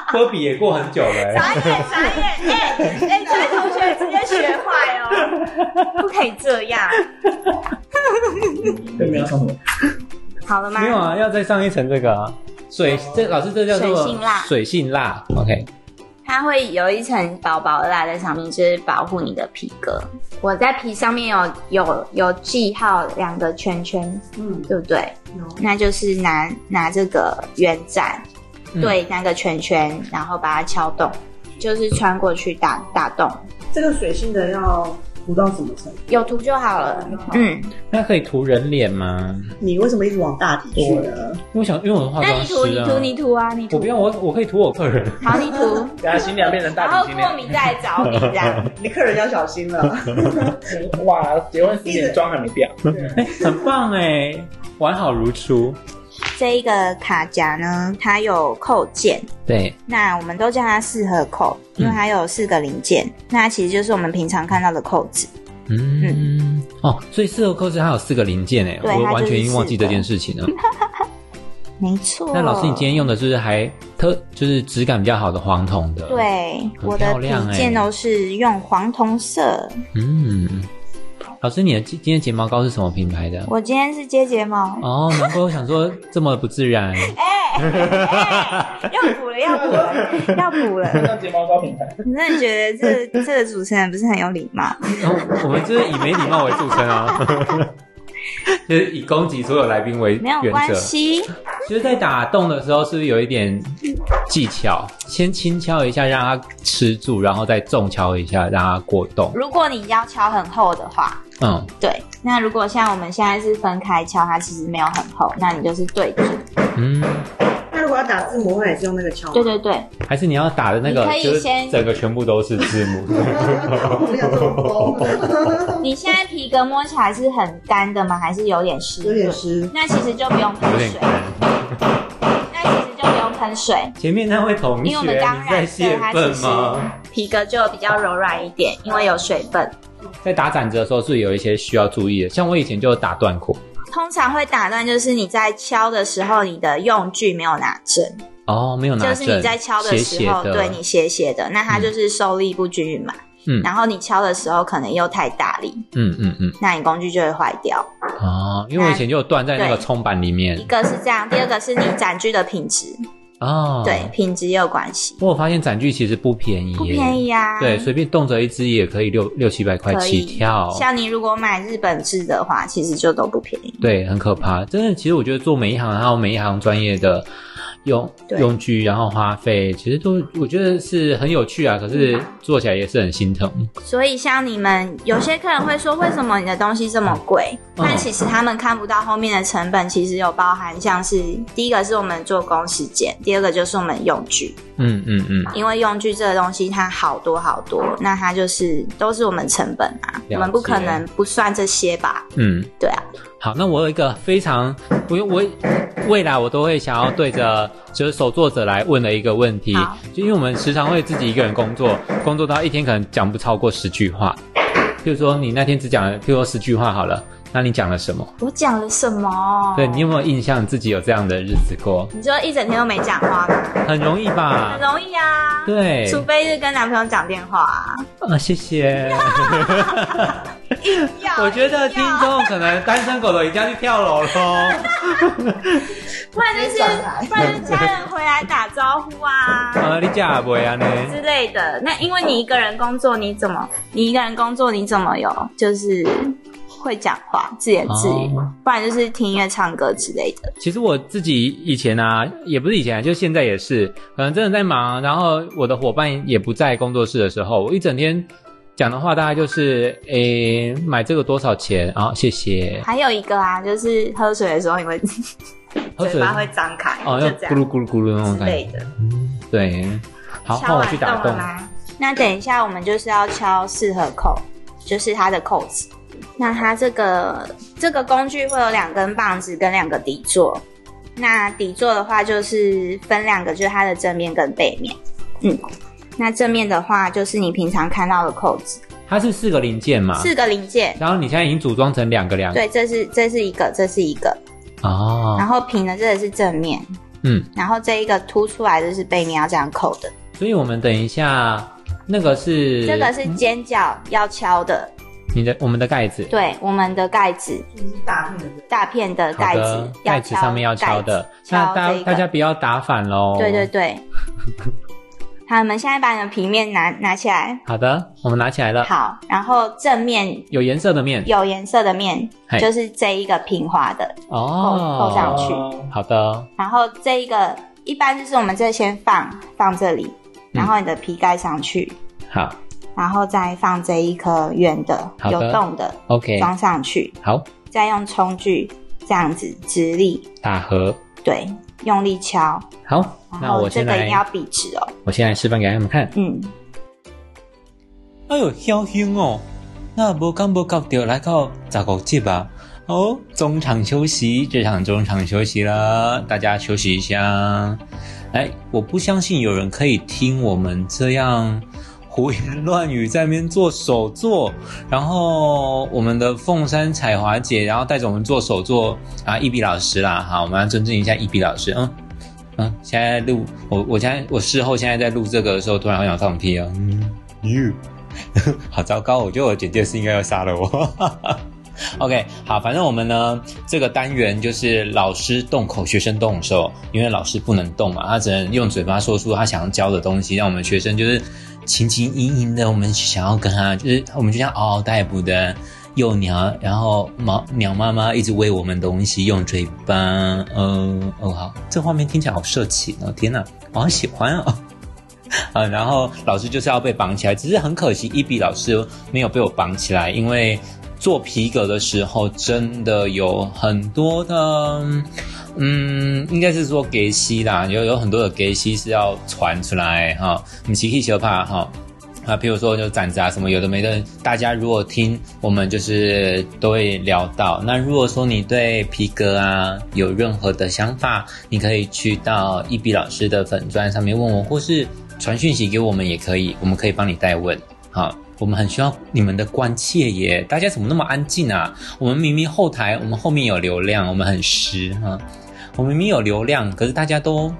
A: 科比也过很久了、欸，
B: 傻眼傻眼，哎、哎，这位同学直接学坏哦，不可以这样。
D: 对，没有什么。
B: 好了吗？哦
A: 没有啊，要再上一层这个啊、水，这老师这叫做
B: 水性蜡
A: 水性蜡，OK，
B: 它会有一层薄薄的蜡在上面，就是保护你的皮革。我在皮上面有有有记号两个圈圈，
C: 嗯，
B: 对不对？
C: 有
B: 那就是拿拿这个圆盏
A: 嗯
B: 对那个圈圈，然后把它敲动，就是穿过去打打洞，
C: 这个水性的要涂到什么程度？
B: 有图就好了。嗯，
A: 那可以涂人脸吗？
C: 你为什么一直往大底去 呢？
A: 因为我想，因为我是化
B: 那
A: 妆
B: 你涂
A: 师
B: 你
A: 啊，
B: 涂你涂啊，你
A: 我
B: 涂
A: 不，用我我可以涂我客人，
B: 好 你涂，
D: 等下新娘变成
B: 然
D: 大
B: 后
D: 底新
B: 过
D: 娘，
B: 敏再找你这样。
C: 你客人要小心 了。
D: 哇，结婚十年妆还没掉，
A: 哎、很棒哎、完好如初。
B: 这一个卡夹呢，它有扣件，
A: 对，
B: 那我们都叫它四合扣，因为它有四个零件，那其实就是我们平常看到的扣子。
A: 嗯。哦，所以四合扣是它有四个零件哎，
B: 对
A: 我
B: 它
A: 完
B: 就是
A: 全已经忘记
B: 四个哦
A: 这件事 情了。
B: 没错。
A: 那老师，你今天用的就是还特就是质感比较好的黄铜的，，
B: 对
A: 很
B: 我的
A: 漂
B: 皮
A: 亮欸
B: 件都是用黄铜色，
A: 嗯。老师，你的今今天睫毛膏是什么品牌的？
B: 我今天是接睫毛，哎
A: 哦，难怪我想说这么不自然。
B: 要补了，要补了，要补了。
D: 那睫毛膏品牌，
B: 你真的觉 得这这个主持人不是很有礼貌？
A: 我们就是以没礼貌为著称啊，就是以攻击所有来宾为
B: 没有
A: 原
B: 关
A: 则。
B: 系，
A: 其实，在打洞的时候，是不是有一点技巧？先轻敲一下，让它吃住，然后再重敲一下，让它过洞。
B: 如果你要敲很厚的话，
A: 嗯，
B: 对，那如果像我们现在是分开敲，它其实没有很厚，那你就是对准。
A: 嗯，
C: 那如果要打字母，我也是用那个敲。
B: 对对对，
A: 还是你要打的那个
B: 你可，以
A: 就是
B: 先
A: 整个全部都是字 母。
C: 我想说，
B: 你现在皮革摸起来是很干的吗？还是有点湿
C: 有
B: 润？
C: 点湿。
B: 那其实就不用
A: 有
B: 喷
A: 点
B: 水，
A: 干。
B: 那其实就不用喷水，
A: 前面那位同
B: 因为
A: 学，
B: 我
A: 你
B: 们刚
A: 在
B: 染色，
A: 泄
B: 它其
A: 愤
B: 实
A: 吗？
B: 皮革就比较柔软一点，因为有水分。
A: 在打展子的时候是有一些需要注意的，像我以前就有打断过。
B: 通常会打断，就是你在敲的时候，你的用具没有拿正，
A: 哦，没有拿
B: 就
A: 正，
B: 是你在敲的时候，
A: 斜斜的
B: 对你斜斜的，那它就是受力不均匀嘛。
A: 嗯
B: 然后你敲的时候可能又太大力，
A: 嗯嗯嗯，
B: 那你工具就会坏掉。
A: 哦，因为我以前就有断在那个
B: 对
A: 冲板里面
B: 一个是这样，第二个是你展具的品质，
A: 哦。
B: 对，品质也有关系，
A: 我有发现展具其实不便宜，
B: 不便、宜啊。
A: 对，随便动辄一只也可以六六七百块
B: 可以
A: 起跳，
B: 像你如果买日本制的话，其实就都不便宜。
A: 对，很可怕。真的，其实我觉得做每一行，还有每一行专业的用
B: 对
A: 用具，然后花费，其实都我觉得是很有趣啊。可是
B: 嗯
A: 做起来也是很心疼。
B: 所以像你们有些客人会说，为什么你的东西这么贵？
A: 嗯
B: 但其实他们看不到后面的成本，其实有包含像是第一个是我们做工时间，第二个就是我们用具，
A: 嗯嗯嗯，
B: 因为用具这个东西它好多好多，那它就是都是我们成本啊，
A: 解
B: 我们不可能不算这些吧？
A: 嗯，
B: 对啊，
A: 好，那我有一个非常，我我未来我都会想要对着就是手作者来问的一个问题
B: 好，
A: 就因为我们时常会自己一个人工作，工作到一天可能讲不超过十句话。譬如说你那天只讲了，譬如说十句话好了，那你讲了什么？
B: 我讲了什么？
A: 对你有没有印象自己有这样的日子过？
B: 你就一整天都没讲话吗？
A: 很容易吧
B: 很？容易啊，，
A: 对，
B: 除非是跟男朋友讲电话、啊。
A: 啊，谢谢。
B: 要
A: 我觉得听众可能单身狗都已经要去跳楼喽。
B: 不然就是
C: 直接转来
B: 不然就是家人回来打招呼啊
A: 啊，你假不呀呢？
B: 之类的。那因为你一个人工作，你怎么你一个人工作你怎么有就是会讲话自言自语？
A: 哦
B: 不然就是听音乐、唱歌之类的。
A: 其实我自己以前啊，也不是以前、啊，就现在也是，可能真的在忙，然后我的伙伴也不在工作室的时候，我一整天讲的话大概就是，诶、买这个多少钱？啊、谢谢。
B: 还有一个啊，就是喝水的时候，你会
A: 喝
B: 嘴
A: 水
B: 巴会张开，
A: 哦，要
B: 就这
A: 咕噜
B: 样
A: 咕噜咕噜那种
B: 之
A: 感
B: 类
A: 觉。
B: 的。
A: 对，好，
B: 敲
A: 换我
B: 完
A: 去
B: 洞
A: 打洞
B: 了。吗？那等一下，我们就是要敲四合扣，就是它的扣子。那它这个这个工具会有两根棒子跟两个底座。那底座的话就是分两个，就是它的正面跟背面。嗯，那正面的话就是你平常看到的扣子，
A: 它是四个零件嘛，
B: 四个零件。
A: 然后你现在已经组装成两个两个
B: 对，这是这是一个，这是一个。
A: 哦，
B: 然后平的这个是正面，
A: 嗯，
B: 然后这一个凸出来的是背面，要这样扣的。
A: 所以我们等一下。那个是
B: 这个是尖角要敲的，
A: 你的我们的盖子，
B: 对，我们的盖子。
C: 就是大片的，
B: 大片的
A: 好
B: 盖
A: 的
B: 子，
A: 盖子上面要敲的
B: 盖，子
A: 那
B: 敲
A: 大哦
B: 这 个
A: 大家不要打反喽。
B: 对对对，好，你们现在把你的皮面拿拿起来，
A: 好的，我们拿起来了，
B: 好，然后正面
A: 有颜色的面
B: 有颜色的面
A: 嘿
B: 就是这一个平滑的，
A: 哦，
B: 扣上去
A: 好的，
B: 然后这一个一般就是我们这先放放这里，
A: 嗯
B: 然后你的皮盖上去，
A: 好
B: 然后再放这一颗圆的
A: 好的
B: 有洞的
A: ，OK，
B: 装上去，
A: 好，
B: 再用冲具这样子直立，
A: 打合，
B: 对，用力敲，
A: 好，
B: 然
A: 那
B: 后
A: 我
B: 这
A: 先
B: 个一
A: 来
B: 定，要笔直哦，
A: 我先来示范给他们看。
B: 嗯，
A: 哎呦，好香哦！那无讲无觉就来到十五集吧。哦，中场休息，这场中场休息啦，大家休息一下。哎，我不相信有人可以听我们这样胡言乱语，在那边做手作，然后我们的凤山彩华姐，然后带着我们做手作啊，一比老师啦，好，我们要尊敬一下一比老师，嗯。嗯，现在录我，我现在我事后现在在录这个的时候，突然好想放屁哦。嗯，you，好 糟糕，我觉得我简介是应该要杀了我。OK，好，反正我们呢这个单元就是老师动口，学生动手，因为老师不能动嘛，他只能用嘴巴说出他想要教的东西，让我们学生就是情情盈盈的，我们想要跟他就是我们就像哦嗷嗷待哺的。幼鸟，啊然后毛鸟妈妈一直喂我们东西，用嘴巴，嗯哦好，这画面听起来好色情哦，天哪，我好喜欢哦。啊，然后老师就是要被绑起来，只是很可惜，伊比老师没有被我绑起来，因为做皮革的时候真的有很多的，嗯，应该是说给息啦，有有很多的给息是要传出来哈，你奇奇小怕哈。啊，譬如说就展子啊什么有的没的，大家如果听我们就是都会聊到。那如果说你对皮革啊有任何的想法，你可以去到一比老师的粉砖上面问我，或是传讯息给我们也可以，我们可以帮你代问。好，我们很需要你们的关切耶！大家怎么那么安静啊？我们明明后台我们后面有流量，我们很湿哈、我明明有流量，可是大家都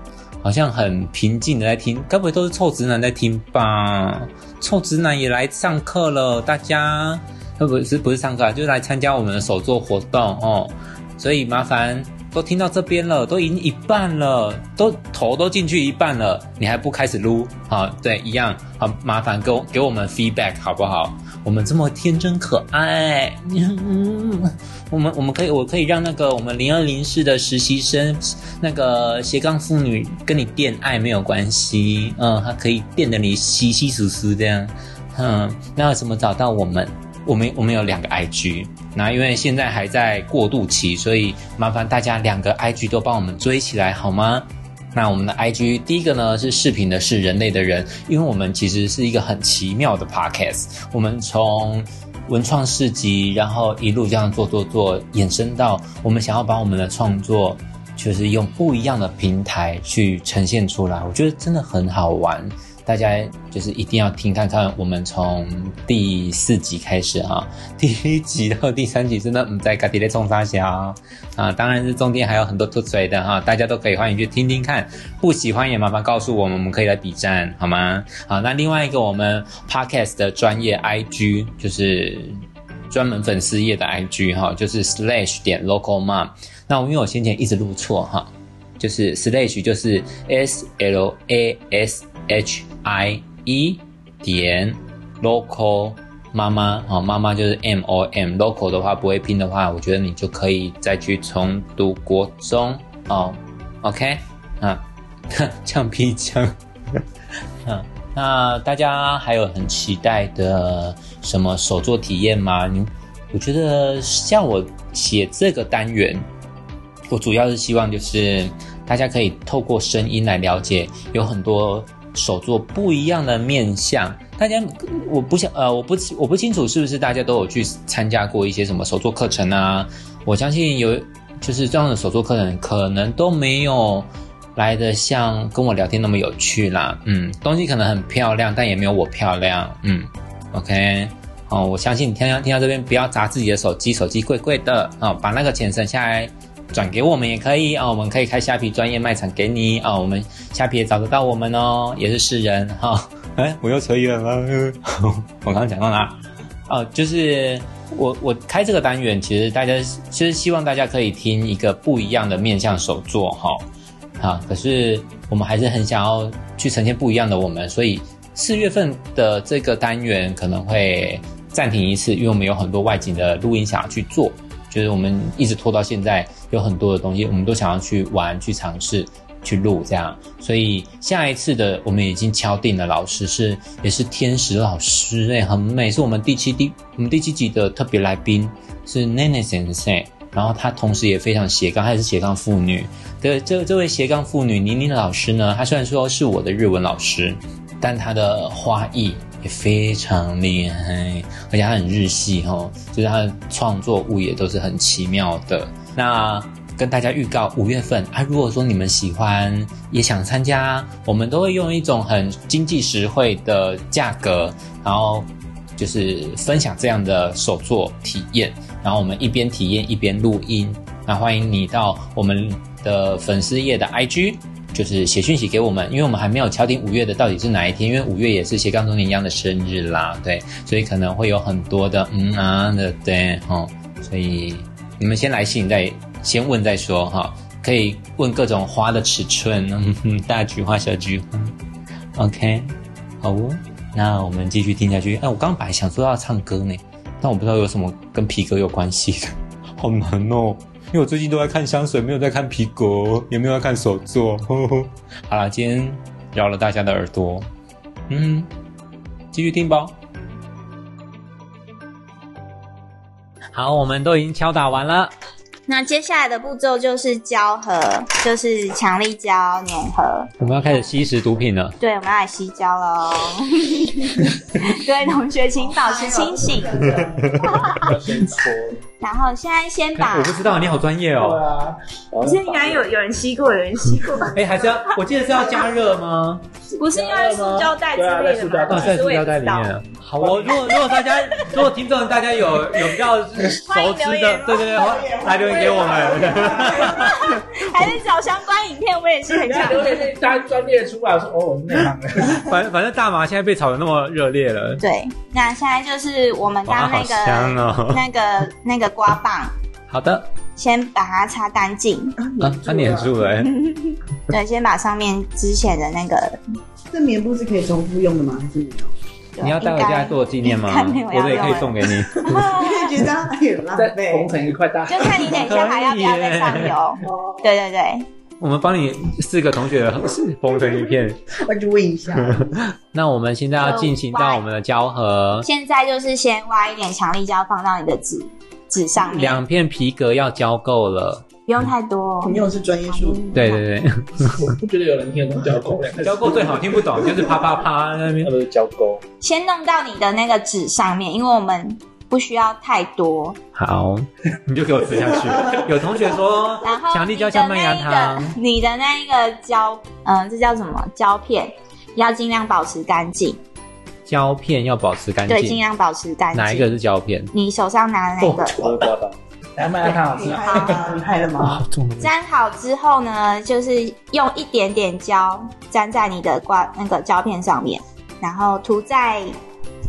A: 好像很平静的在听，该不会都是臭直男在听吧？臭直男也来上课了，大家呃不是不是上课啊，就是来参加我们的手作活动哦。所以麻烦都听到这边了，都已经一半了，都头都进去一半了，你还不开始撸？好，对，一样，好，麻烦给我给我们 feedback 好不好？我们这么天真可爱，嗯，我们我们可以我可以让那个我们零二零室的实习生那个斜杠妇女跟你恋爱没有关系，嗯，她可以电得你稀稀疏疏这样，嗯，那要怎么找到我们？我们我们有两个 IG，那因为现在还在过渡期，所以麻烦大家两个 IG 都帮我们追起来好吗？那我们的 IG 第一个呢是视频的是人类的人，因为我们其实是一个很奇妙的 podcast，我们从文创市集，然后一路这样做做做，衍生到我们想要把我们的创作，就是用不一样的平台去呈现出来，我觉得真的很好玩。大家就是一定要听看看，我们从第四集开始啊，第一集到第三集真的唔在咖喱在冲沙小啊，当然是中间还有很多吐水的哈、大家都可以欢迎去听听看，不喜欢也麻烦告诉我们，我们可以来比战好吗？好，那另外一个我们 podcast 的专业 IG 就是专门粉丝页的 IG 哈，就是 slash 点 local mom。那我因为我先前一直录错哈，就是 slash 就是 s l a s h i e 点 local 妈妈哦，妈妈就是 m o m local 的话不会拼的话，我觉得你就可以再去重读国中哦，OK 啊， 橡皮枪。嗯，那大家还有很期待的什么手作体验吗？你我觉得像我写这个单元，我主要是希望就是呃大家可以透过声音来了解有很多手作不一样的面向。大家，我不想呃，我不我不清楚是不是大家都有去参加过一些什么手作课程啊？我相信有就是这样的手作课程可能都没有来的像跟我聊天那么有趣啦。嗯，东西可能很漂亮，但也没有我漂亮。嗯，OK。哦，我相信你听到听到这边，不要砸自己的手机，手机贵贵的哦，把那个钱省下来，转给我们也可以哦，我们可以开虾皮专业卖场给你哦，我们虾皮也找得到我们哦，也是世人哈。哎、我又扯远了， 我刚刚讲到哪？哦，就是我我开这个单元，其实大家其实希望大家可以听一个不一样的面向手作哈。啊，可是我们还是很想要去呈现不一样的我们，所以四月份的这个单元可能会暂停一次，因为我们有很多外景的录音想要去做，就是我们一直拖到现在，有很多的东西我们都想要去玩、去尝试、去录这样，所以下一次的我们已经敲定了，老师是也是天使老师哎、很美，是我们第七第我们第七集的特别来宾是 Nene Sensei。然后她同时也非常斜杠，她也是斜杠妇女。对，这这位斜杠妇女宁宁老师呢，她虽然说是我的日文老师，但她的花艺也非常厉害，而且她很日系哦，就是她的创作物也都是很奇妙的。那跟大家预告，五月份啊，如果说你们喜欢也想参加，我们都会用一种很经济实惠的价格，然后就是分享这样的手作体验，然后我们一边体验一边录音。那欢迎你到我们的粉丝页的 IG，就是写讯息给我们，因为我们还没有敲定五月的到底是哪一天，因为五月也是斜杠中年一样的生日啦，对，所以可能会有很多的嗯啊的对哦，所以你们先来信再先问再说哈、可以问各种花的尺寸， 嗯哼，大菊花、小菊花，OK，好哦，那我们继续听下去。哎、我刚本来想说要唱歌呢，但我不知道有什么跟皮革有关系的，好难哦。因为我最近都在看香水，没有在看皮革，也没有在看手作。好啦，今天绕了大家的耳朵，嗯，继续听吧。嗯好，我们都已经敲打完了。
B: 那接下来的步骤就是胶合，就是强力胶粘合。
A: 我们要开始吸食毒品了。
B: 对，我们要来吸胶 喽！各位同学，请保持 清醒。
D: 要先搓。
B: 然后现在先把
A: 我不知道，你好专业
D: 对
A: 哦。
D: 啊，
E: 好
C: 可是应该有有人吸过，有人吸过吧？
A: 哎、还是要，我记得是要加热吗？
B: 不是用塑胶袋之类的
D: 对啊
B: 吗？
A: 哦，
B: 其
A: 在
B: 实
A: 塑
B: 我也
A: 料
B: 不
A: 袋
B: 知
A: 里
B: 道。
A: 面。好，我如果如果 大家，如果听众大家有有比较熟知
B: 欢迎留
A: 的
B: 言，
A: 对对对，来留言给我们。
B: 还是找相关影片，我也是很
D: 人家
B: 想
D: 留言那大家专业出来，我说哦，我是内行的。
A: 反正反正大麻现在被炒得那么热烈了，
B: 对，那现在就是我们
A: 哇，
B: 刚
A: 好
B: 那
A: 香
B: 个
A: 哦。
B: 那个那个刮棒，
A: 好的，
B: 先把它擦干净。
A: 啊，他粘住了、欸，
B: 对，先把上面之前的那个，
C: 这棉布是可以重复用的吗？还是没有？
B: 对
A: 你要带回
B: 应
A: 家
B: 该
A: 做纪念吗
B: 应该没有？要
A: 我的也可以送给你。
C: 觉得它很浪
D: 再
C: 费。
D: 缝成一块 大。
B: 就看你等一下还要不要再上油。对对对，
A: 我们帮你四个同学缝成一片。
C: 我就问一下，
A: 那我们现在要进行到我们的胶 合，
B: 现在就是先挖一点强力胶放到你的纸纸上面，
A: 两片皮革要胶够了。
B: 不用太多。
C: 哦你用的是专业术语，
A: 对对对，
D: 我不觉得有人听得懂叫狗粮。
A: 胶够最好听不懂，就是啪啪啪在那边
E: 那。不是胶钩，
B: 先弄到你的那个纸上面，因为我们不需要太多。
A: 好， 你就给我吃下 去。有同学说
B: 然后
A: 强力胶像麦芽糖，
B: 你的那一个你的那一个胶，嗯、这叫什么胶片？要尽量保持干净，
A: 胶片要保持干
B: 对，尽
A: 净。
B: 量保持干净。
A: 哪一个？哦是胶片？
B: 你手上拿的那个、
E: 我是刮板，
D: 来，麦芽糖老
C: 你
D: 师，
C: 害了，你害了吗？
A: 啊，中了！
B: 粘好之后呢，就是用一点点胶粘在你的挂那个胶片上面，然后涂在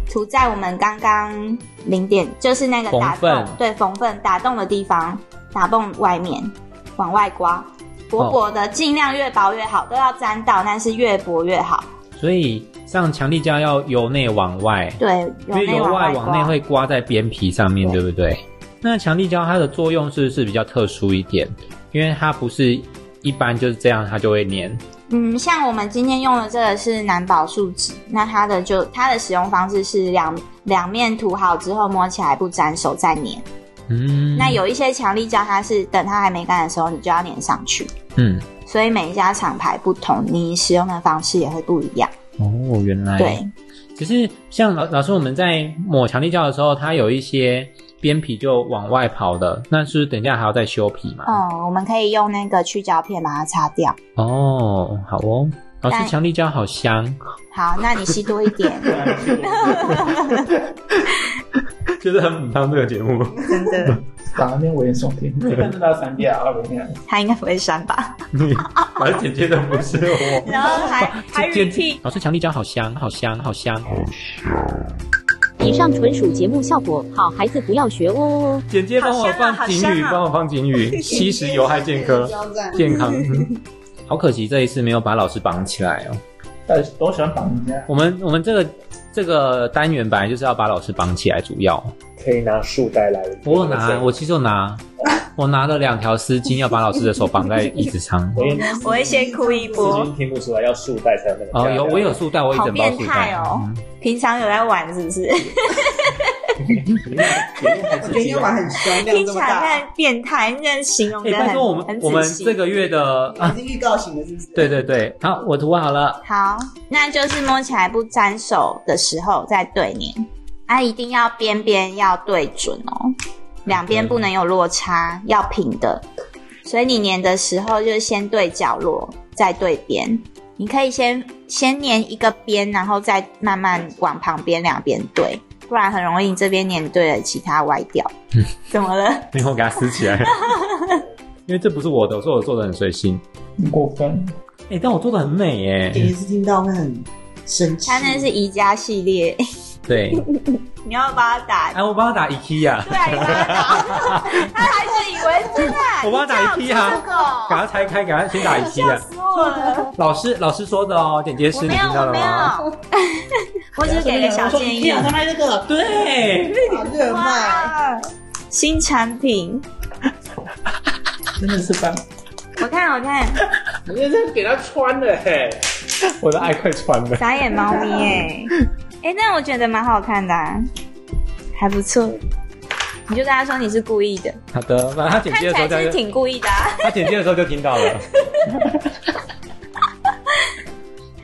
B: 涂在我们刚刚零点，就是那个打
A: 缝
B: 洞
A: 缝
B: 对缝缝打洞的地方，打洞外面往外刮，薄薄的，尽量越薄越好，都要粘到，但是越薄越好。
A: 所以上强力胶要由内往外，
B: 对，
A: 因
B: 由
A: 为
B: 内
A: 由外
B: 外
A: 往内
B: 刮。
A: 会刮在边皮上面，对
B: 对
A: 不对？那强力胶它的作用是是比较特殊一点，因为它不是一般就是这样它就会粘。
B: 嗯，像我们今天用的这个是南宝树脂，那它的就它的使用方式是两两面涂好之后摸起来不沾手再粘。
A: 嗯，
B: 那有一些强力胶，它是等它还没干的时候，你就要粘上去。
A: 嗯
B: 所以每一家厂牌不同，你使用的方式也会不一样。
A: 哦，原来
B: 对，
A: 只是像老老师我们在抹强力胶的时候，它有一些边皮就往外跑的，那是不是等一下还要再修皮嘛？
B: 嗯，我们可以用那个去胶片把它擦掉。
A: 哦，好哦，老师
B: 但
A: 强力胶好香，
B: 好，那你吸多一点。
A: 就是很母汤这个节目。
C: 真的，
D: 把那边危言耸听，真的要删掉，二零年。
B: 它应该不会删吧？
A: 反正剪接的不是我。
B: 然后 还还
A: 剪
B: repeat。
A: 老师强力胶好香，好香，好香。
F: 以上纯属节目效果，好孩子不要学哦哦哦。
A: 剪接帮我放警语，
B: 好香啊好香啊
A: 帮我放警语， 吸食有害健康，
C: 交战
A: 健康。好可惜这一次没有把老师绑起来哦。
D: 到底多喜欢绑人家？
A: 我们我们这个这个单元本来就是要把老师绑起来，主要
E: 可以拿束带来。
A: 我有拿，我其实有拿，我拿了两条丝巾要把老师的手绑在椅子 上。
E: 我用
B: 我会先哭一
E: 已
B: 波
E: 经。听不出来，要束带才有那个。
A: 哦，有我有。束带，我一
B: 好
A: 整包
B: 变
A: 束
B: 态
A: 带。嗯
B: 哦！平常有在玩是不是？
C: 我觉得英文很凶，量
B: 听
C: 这
B: 起
C: 么
B: 来
C: 大，
B: 太变态，那形容
A: 哎，
B: 的
A: 拜
B: 很
A: 托我们
B: 很
A: 我们
B: 仔细。
A: 这个月的 啊，
C: 已经预告型的，是不是？
A: 对对对，好，我涂好 了。
B: 好，那就是摸起来不沾手的时候再对粘，啊，一定要边边要对准哦，两边不能有落差，要平的。所以你粘的时候就先对角落，再对边。你可以先先粘一个边，然后再慢慢往旁边两边对，不然很容易你这边粘对了，其他歪掉。怎么了？
A: 因为我给它撕起 来，因为这不是我的，我说我做的很随心。
D: 很过分，
A: 哎，但我做的很美
C: 姐
A: 耶。
C: 姐是听到会很生气，
B: 它那是宜家系列，
A: 对，
B: 你要帮它打
A: 哎，我帮他打 IKEA，
B: 对，你帮他打，他还是以为真的。
A: 我帮他打
B: 你
A: IKEA，
B: 叫我
A: 给
B: 这个
A: 它拆开，给它先打
B: 吓
A: IKEA。
B: 哦死我了！
A: 老师老师说的哦，剪接师
B: 我
A: 你
B: 没
A: 听
B: 有，
A: 到
B: 我
A: 了
B: 没
A: 吗？
B: 有，我只是给个小建议。
C: 他卖这个
A: 对，
C: 好热卖，
B: 哇，新产品，
D: 真的是把
B: 我看，我看，
D: 你这是给他穿的嘿，
E: 我的爱快穿了。
B: 傻眼猫咪哎、哎、那我觉得蛮好看的、啊，还不错。你就跟他说你是故意的，
A: 好的，反正他剪
B: 看
A: 接的时候
B: 起来是
A: 就
B: 挺故意的、啊。
A: 他剪接的时候就听到了。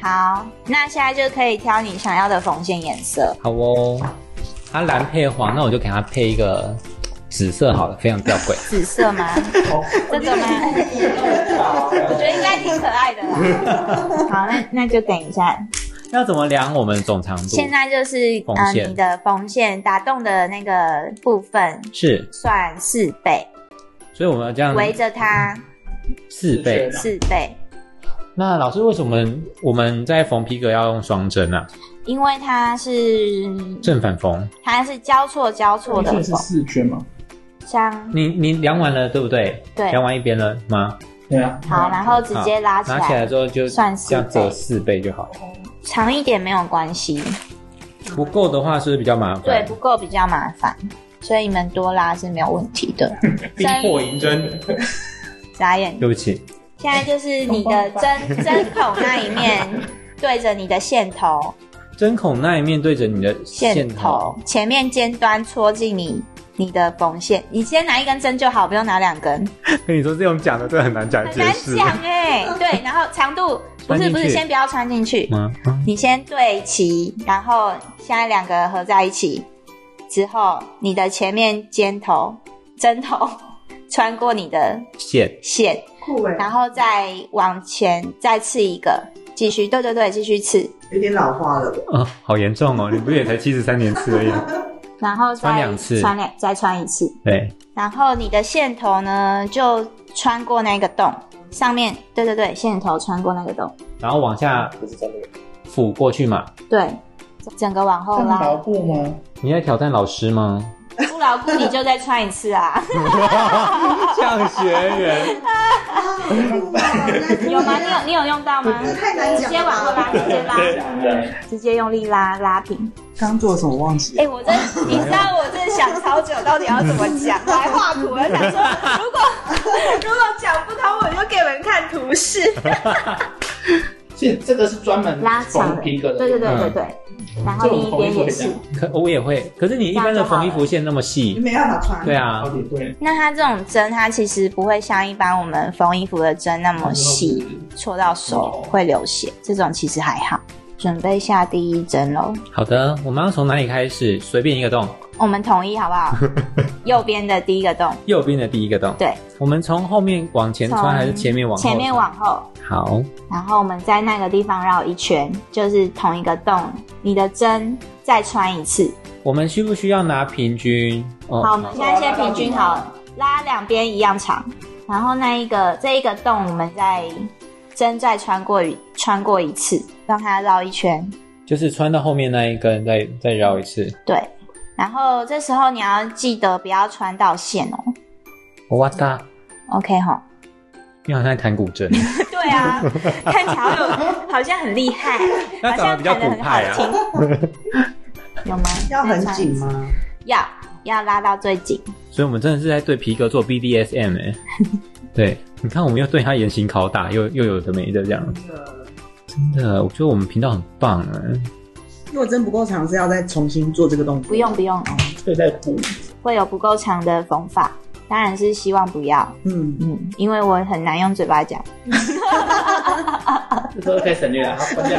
B: 好，那现在就可以挑你想要的缝线颜色。
A: 好哦，它蓝配黄，那我就给它配一个紫色好了，非常吊 诡。
B: 紫色吗？这个吗？我觉得应该挺可爱的啦。 好，那那就等一下，
A: 要怎么量我们总长度？
B: 现在就是
A: 缝
B: 呃
A: 线
B: 你的缝线打洞的那个部分
A: 是，
B: 算四倍，
A: 所以我们要这样
B: 围着它
A: 四倍。
B: 四倍，
A: 那老师，为什么我们我们在缝皮革要用双针啊？
B: 因为它是
A: 正反缝？
B: 它是交错交错的
D: 这是
B: 缝，
D: 四圈嘛？
B: 像
A: 你你量完了对不对？
B: 对
A: 量完一边了吗？
D: 对啊，
B: 好，然后直接拉起
A: 拿啊起来
B: 来，
A: 之后就
B: 算四
A: 这
B: 倍
A: 样折四倍就好。
B: 长一点没有关系，
A: 不够的话是不是比较麻烦？
B: 对，不够比较麻烦，所以你们多拉是没有问题的。
A: 逼迫银针。
B: 眨 眼
A: 对不起，
B: 现在就是你的针针孔那一面对着你的线头，
A: 针孔那一面对着你的
B: 线
A: 线
B: 头前面尖端戳进你你的缝线，你先拿一根针就好，不用拿两根，
A: 跟你说这种讲的，这很难讲
B: 很难讲哎、对，然后长度不
A: 穿
B: 是
A: 进去
B: 不是，先不要穿进去，
A: 吗？啊
B: 你先对齐，然后现在两个合在一起之后，你的前面尖头针头 穿过你的
A: 线
B: 线，
C: 酷哎，
B: 然后再往前再刺一个，继续，对对对，继续刺。
C: 有点老化了吧？
A: 啊、好严重 哦！你不是也才七十三年次而已？
B: 然后再
A: 穿两次
B: 穿两再穿一次，
A: 对，
B: 然后你的线头呢就穿过那个洞，上面对对对，线头穿过那个洞，
A: 然后往下
E: 不是真的，
A: 俯过去嘛。
B: 对，整个往后
D: 这么
B: 拉
D: 牢，固吗？
A: 你在挑战老师吗？
B: 不牢固你就再穿一次 啊，
A: 像学员，
B: 有吗？你有你有用到吗？
C: 这太难讲了
B: 直接往后拉，直接拉，
E: 对，
B: 直接用力拉拉平。
C: 刚做什么忘记
B: 哎、？我这你知道我这想超久，到底要怎么讲来画图？我想说，如果 如果讲不通，我就给你们看图示。
D: 这这个是专门
B: 拉长
D: 缝
B: 的，
D: 皮革的，嗯
B: 对对对对对。然后另一边也
D: 这
B: 是
D: 种缝。
A: 可我也会。可是你一般的缝衣服线那么
C: 你
A: 细，
C: 没办法
B: 嗯
C: 穿，
A: 对，啊
D: 好，点对，
B: 那它这种针，它其实不会像一般我们缝衣服的针那么细，
D: 嗯
B: 戳到手会流血。这种其实还好。准备下第一针喽，
D: 嗯
A: 好的，我们要从哪里开始？随便一个洞，
B: 我们统一好不 好？右边的第一个洞，
A: 右边的第一个洞。
B: 对，
A: 我们从后面往前穿，
B: 从
A: 还是前面往后？
B: 前面。往后，
A: 好，
B: 然后我们在那个地方绕一圈，就是同一个洞，你的针再穿一次。
A: 我们需不需要拿平均？哦
B: 好，我们现在先平均好了，拉两边一样长，然后那一个这一个洞，我们再针再穿过一穿过一次，让它绕一圈，
A: 就是穿到后面那一根，再再绕一次。
B: 对。然后这时候你要记得不要穿到线哦
A: 哇哒，
B: ，OK 哈？
A: 你好像在弹古筝。
B: 对 对啊，看起来好有好像很厉害，
A: 那
B: 好
A: 长得比
B: 像
A: 较
B: 弹得
A: 古
B: 很好
A: 派啊
B: 听。 有吗？
C: 要很紧吗？
B: 要要拉到最紧。
A: 所以我们真的是在对皮革做 BDSM 哎、对，你看我们又对他严刑拷打，又又有的没的这样，真的，我觉得我们频道很棒哎、
C: 如果真不够长，是要再重新做这个动作。
B: 不用不用，哦
D: 对在补，
B: 会有不够长的缝法，当然是希望不要。
C: 嗯，
B: 嗯，因为我很难用嘴巴讲。
D: 这时候可以省略了，好关掉。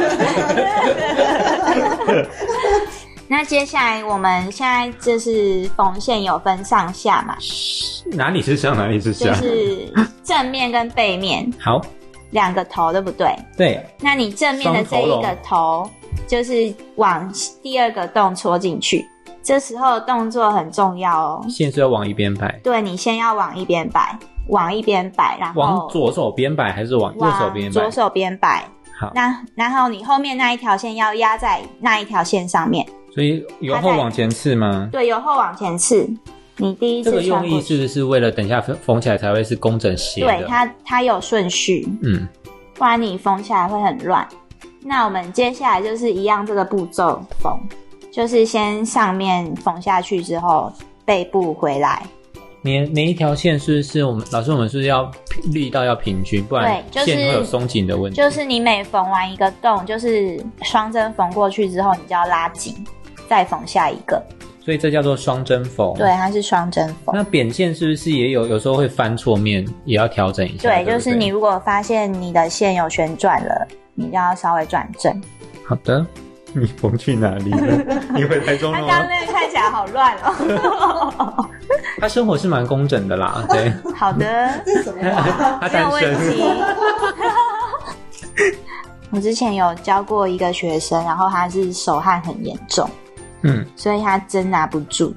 B: 那接下来我们现在就是缝线有分上下嘛，
A: 哪里是像哪里是啊
B: 就
A: 像，
B: 是正面跟背面
A: 好，
B: 两个头，对不对？
A: 对，
B: 那你正面的这一个头就是往第二个洞戳进去，这时候动作很重要哦。
A: 线是要往一边摆，
B: 对你先要往一边摆，往一边摆，然后
A: 往左手边摆还是往右手边
B: 往
A: 摆
B: 左？手边摆。
A: 好，
B: 那然后你后面那一条线要压在那一条线上面，
A: 所以由后往前刺吗？
B: 对，由后往前刺。你第一
A: 这
B: 次
A: 个
B: 穿
A: 用
B: 过
A: 意
B: 去，
A: 是是为了等一下缝缝起来才会是工整斜
B: 对
A: 的，
B: 它它有顺序，
A: 嗯，
B: 不然你缝起来会很乱。那我们接下来就是一样这个步骤缝，就是先上面缝下去之后，背部回来，
A: 每每一条线是不是我们老师我们是不是要力道要平均，不然
B: 对就是
A: 线会有松紧的问题。
B: 就是你每缝完一个洞，就是双针缝过去之后，你就要拉紧，再缝下一个。
A: 所以这叫做双针缝。
B: 对，它是双针缝。
A: 那扁线是不是也有有时候会翻错面，也要调整一下？对不
B: 对，
A: 对，
B: 就是你如果发现你的线有旋转了，你就要稍微转正。
A: 好的。 你缝去哪里了？你回台中
B: 他刚刚？那个看起来好乱哦。
A: 他生活是蛮工整的啦，对，
B: 好的，
C: 这是什么 话？
A: 他
B: 没有
A: 单
B: 问题
A: 身。
B: 我之前有教过一个学生，然后他是手汗很严重，
A: 嗯，
B: 所以他真拿不住。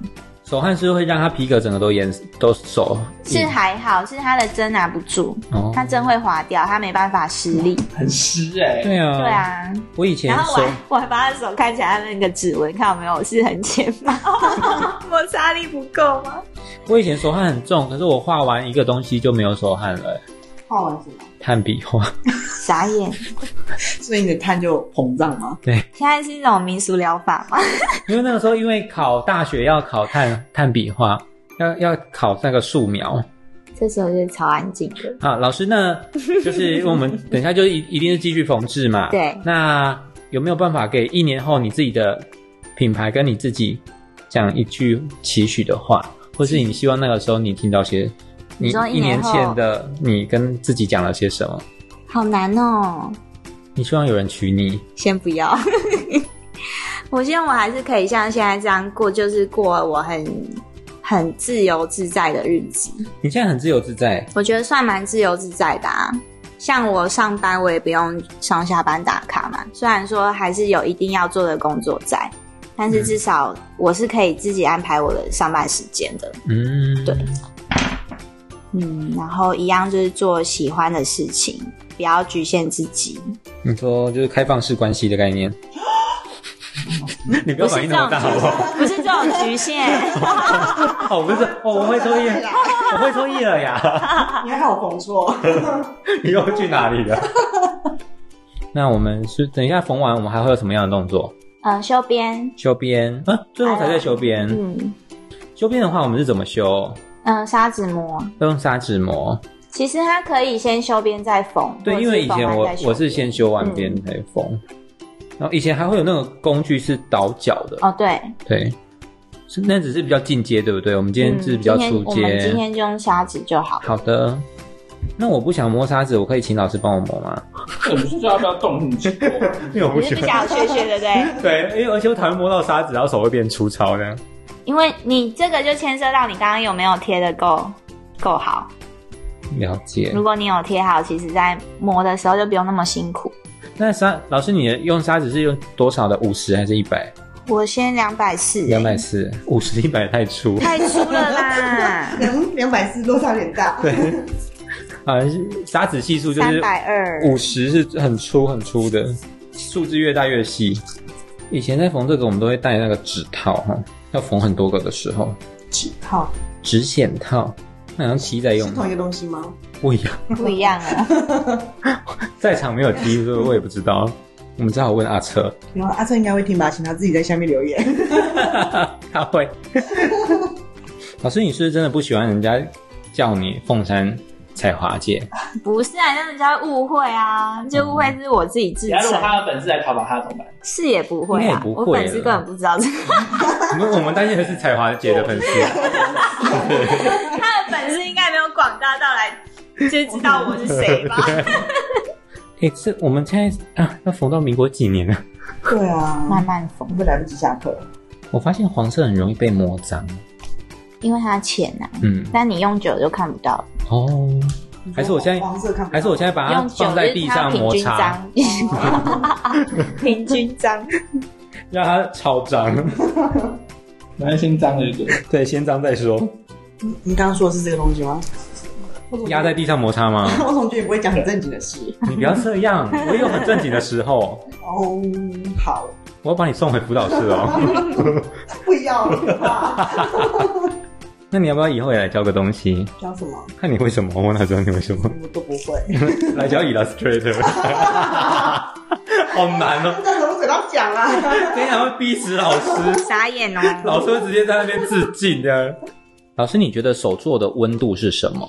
A: 手汗是会让他皮革整个都严都手
B: 是
A: 硬
B: 还好，是他的针拿不住，
A: 哦，
B: 他针会滑掉，他没办法施力。
D: 很湿哎、
A: 对啊，
B: 对，啊，
A: 我以前
B: 然后我
A: 手
B: 还我还把他的手看起来那个指纹，看到没有？我是很浅 吗？摩擦力不够吗？
A: 我以前手汗很重，可是我画完一个东西就没有手汗了，
C: 画完什么？
A: 炭笔画，
B: 傻眼！
C: 所以你的碳就膨胀吗？
B: 现在是那种民俗疗法吗？
A: 因为那个时候因为考大学要考炭炭笔画，要要考那个素描，
B: 这时候就是超安静的。
A: 好，老师， 那就是因为我们等一下就一一定是继续缝制嘛。
B: 对
A: 那有没有办法给一年后你自己的品牌跟你自己讲一句期许的话，或是你希望那个时候你听到些
B: 你说
A: 一
B: 一年
A: 年
B: 后
A: 前的你跟自己讲了些什么？
B: 好难哦，
A: 你希望有人娶你？
B: 先不要。 我希望我还是可以像现在这样过，就是过我很很自由自在的日子。
A: 你现在很自由自在，
B: 我觉得算蛮自由自在的啊。像我上班，我也不用上下班打卡嘛。虽然说还是有一定要做的工作在，但
A: 嗯
B: 是至少我是可以自己安排我的上班时间的。
A: 嗯，
B: 对，嗯，然后一样就是做喜欢的事情，不要局限自己。
A: 你说就是开放式关系的概念。 你不要
B: 不
A: 反
B: 是
A: 应
B: 这
A: 那么
B: 种
A: 大好不好？
B: 局，不是这种局限。
A: 哦，我不是，哦，我会抽烟，我会抽烟了 呀。
C: 你还有缝错，，
A: 你又去哪里 了？那我们是等一下缝完，我们还会有什么样的动作？
B: 呃，修边，
A: 修边啊，最后才在修边。
B: 嗯
A: 修边的话，我们是怎么修？
B: 嗯、呃砂纸膜。
A: 要用砂纸磨。
B: 其实它可以先修边再缝，
A: 对，
B: 或者
A: 因
B: 是
A: 为以前
B: 缝
A: 我
B: 完再修
A: 我是
B: 边嗯
A: 先修完边才缝，然后以前还会有那个工具是倒角的，
B: 哦，对，
A: 对，是那只是比较进阶，对不对？我们今天是比较
B: 嗯今天
A: 初
B: 我
A: 阶
B: 们。今天就用砂纸就好。
A: 好的，那我不想磨砂纸，我可以请老师帮我磨吗？
D: 我们是要不要动很久？
A: 因为我
B: 你是不想学学的对？
A: 对，因为而且我讨厌磨到砂纸，然后手会变粗糙的。
B: 因为你这个就牵涉到你刚刚有没有贴的够够好。
A: 了解。
B: 如果你有贴好，其实在磨的时候就不用那么辛苦。
A: 那砂老师，你的用砂纸是用多少的？五十还是一百？
B: 我先两百四，
A: 两百四，五十一百太 粗，
B: 太粗了啦
C: 两两百四落差有点大。对，
A: 好像是砂纸啊系数 就是
B: 三百二。
A: 五十是很粗很粗的，数字越大越细。以前在缝这个，我们都会带那个指套哈，要缝很多个的时候，
C: 指套
A: 指显套。那好像鸡在用啊
C: 是，同一个东西吗？
A: 不一样。
B: 不一样啊。
A: 在场没有鸡，所以我也不知道。我们只好问阿车，
C: 然啊后阿正应该会听吧，请他自己在下面留 言。
A: 他 会。老师，你是不是真的不喜欢人家叫你凤山彩华 姐？
B: 不是啊，那人家会误会啊，就误会是我自己自
D: 然后如果
B: 称，
D: 他的粉丝来讨伐他怎么办？
B: 是也不会
A: 应该也
B: 啊，
A: 不会
B: 我粉丝
A: 了
B: 根本不知道这个，
A: 我们我们担心的是彩华姐的粉丝。
B: 他的粉丝应该没有广大到来就知道我是谁吧？
A: 哎、这我们现在啊，要缝到民国几年啊？
C: 对 啊，
B: 慢慢疯，
C: 会来不及下课。
A: 我发现黄色很容易被摸脏。
B: 因为它浅啊，
A: 嗯，
B: 但你用久了就看不到了，
A: 哦，还是我现在
C: 黄色看不到，
A: 还是我现在把它
B: 用久
A: 啊放在
B: 就是
A: 地
B: 它
A: 上
B: 平
A: 摩
B: 均
A: 擦，
B: 脏， 平均脏，
A: 让它超 脏。
D: 反正先脏了就对了。
A: 对，先脏再说。
C: 你你刚刚说的是这个东西吗？
A: 压在地上摩擦吗？
C: 我总觉得你不会讲很正经的事。
A: 你不要这样，我也有很正经的时候。
C: 哦，好，
A: 我要把你送回辅导室哦。
C: 不要了 吧？
A: 那你要不要以后也来教个东西？
C: 讲什么？
A: 看你会什么，我哪知道你会什么？
C: 我都不会。
A: 来教 Illustrator，好难哦！
C: 那怎么嘴巴讲啊？
A: 等一下会逼死老师，
B: 傻眼哦。
A: 老师会直接在那边自尽的。老师，你觉得手作的温度是什么？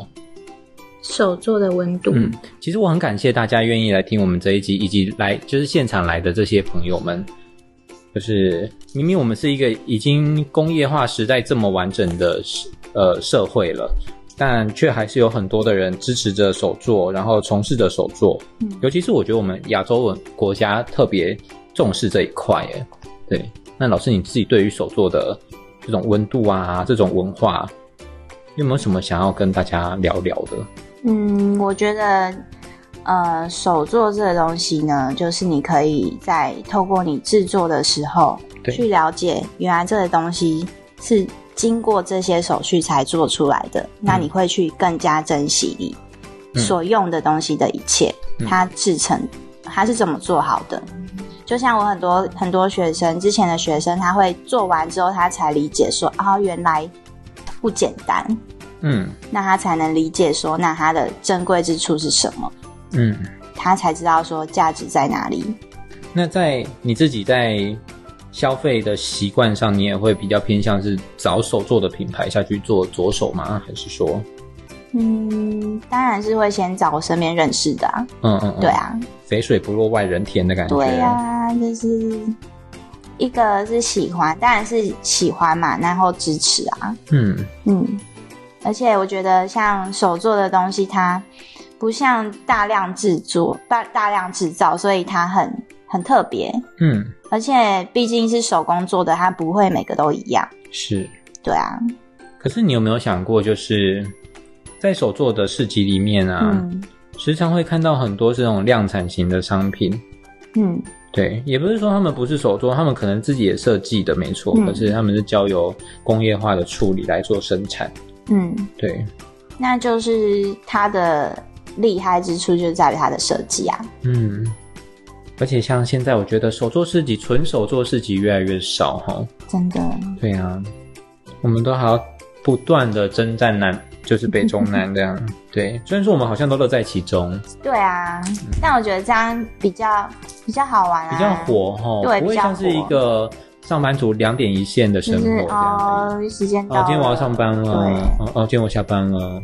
B: 手做的温度
A: 嗯，其实我很感谢大家愿意来听我们这一集，以及来就是现场来的这些朋友们。就是明明我们是一个已经工业化时代这么完整的社呃社会了，但却还是有很多的人支持着手作，然后从事着手作。
B: 嗯
A: 尤其是我觉得我们亚洲文国家特别重视这一块，哎，对。那老师你自己对于手作的这种温度啊，这种文化，有没有什么想要跟大家聊聊的？
B: 嗯，我觉得，呃，手作这个东西呢，就是你可以在透过你制作的时候，
A: 对
B: 去了解原来这个东西是经过这些手续才做出来的，那你会去更加珍惜你
A: 嗯
B: 所用的东西的一切，
A: 嗯
B: 它制成它是怎么做好的。就像我很多很多学生之前的学生，他会做完之后，他才理解说，啊，原来不简单。
A: 嗯
B: 那他才能理解说，那它的珍贵之处是什么，
A: 嗯。
B: 他才知道说价值在哪里。
A: 那在你自己在消费的习惯上，你也会比较偏向是找手做的品牌下去做着手吗？还是说，
B: 嗯，当然是会先找我身边认识的、啊，
A: 嗯嗯，嗯
B: 对，啊，
A: 肥水不落外人田的感觉，
B: 对啊，就是一个是喜欢，当然是喜欢嘛，然后支持啊，
A: 嗯
B: 嗯，而且我觉得像手做的东西，它不像大量制作、大大量制造，所以它很很特别，
A: 嗯，
B: 而且毕竟是手工做的，它不会每个都一样，
A: 是。
B: 对啊，
A: 可是你有没有想过，就是在手做的市集里面啊，
B: 嗯
A: 时常会看到很多这种量产型的商品。
B: 嗯。
A: 对，也不是说他们不是手做，他们可能自己也设计的，没错。
B: 嗯
A: 可是他们是交由工业化的处理来做生产。
B: 嗯，
A: 对，
B: 那就是它的厉害之处就在于它的设计啊。
A: 嗯，而且像现在，我觉得手作市集、纯手作市集越来越少哈。
B: 真的，
A: 对啊，我们都还要不断的征战南，就是北中南这 样。对，虽然说我们好像都乐在其中，
B: 对啊，但我觉得这样比较比较好玩啊，
A: 比较，火哈，
B: 对
A: 不会
B: 比较
A: 像是一
B: 火
A: 个上班族两点一线的
B: 就
A: 生活
B: 是
A: 这样子。
B: 哦，时间到
A: 哦
B: 了，，
A: 今天我要上班了。
B: 对
A: 哦，哦，今天我下班了。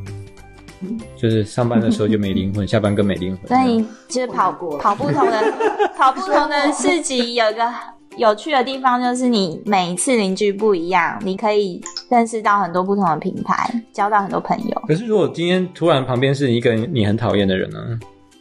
A: 就是上班的时候就没 灵魂，下班更没灵魂。
B: 所以就是跑
C: 过了
B: 跑不同的 跑不同的市集，有一个有趣的地方就是你每一次邻居不一样，你可以认识到很多不同的品牌，交到很多朋友。
A: 可是如果今天突然旁边是一个你很讨厌的人呢、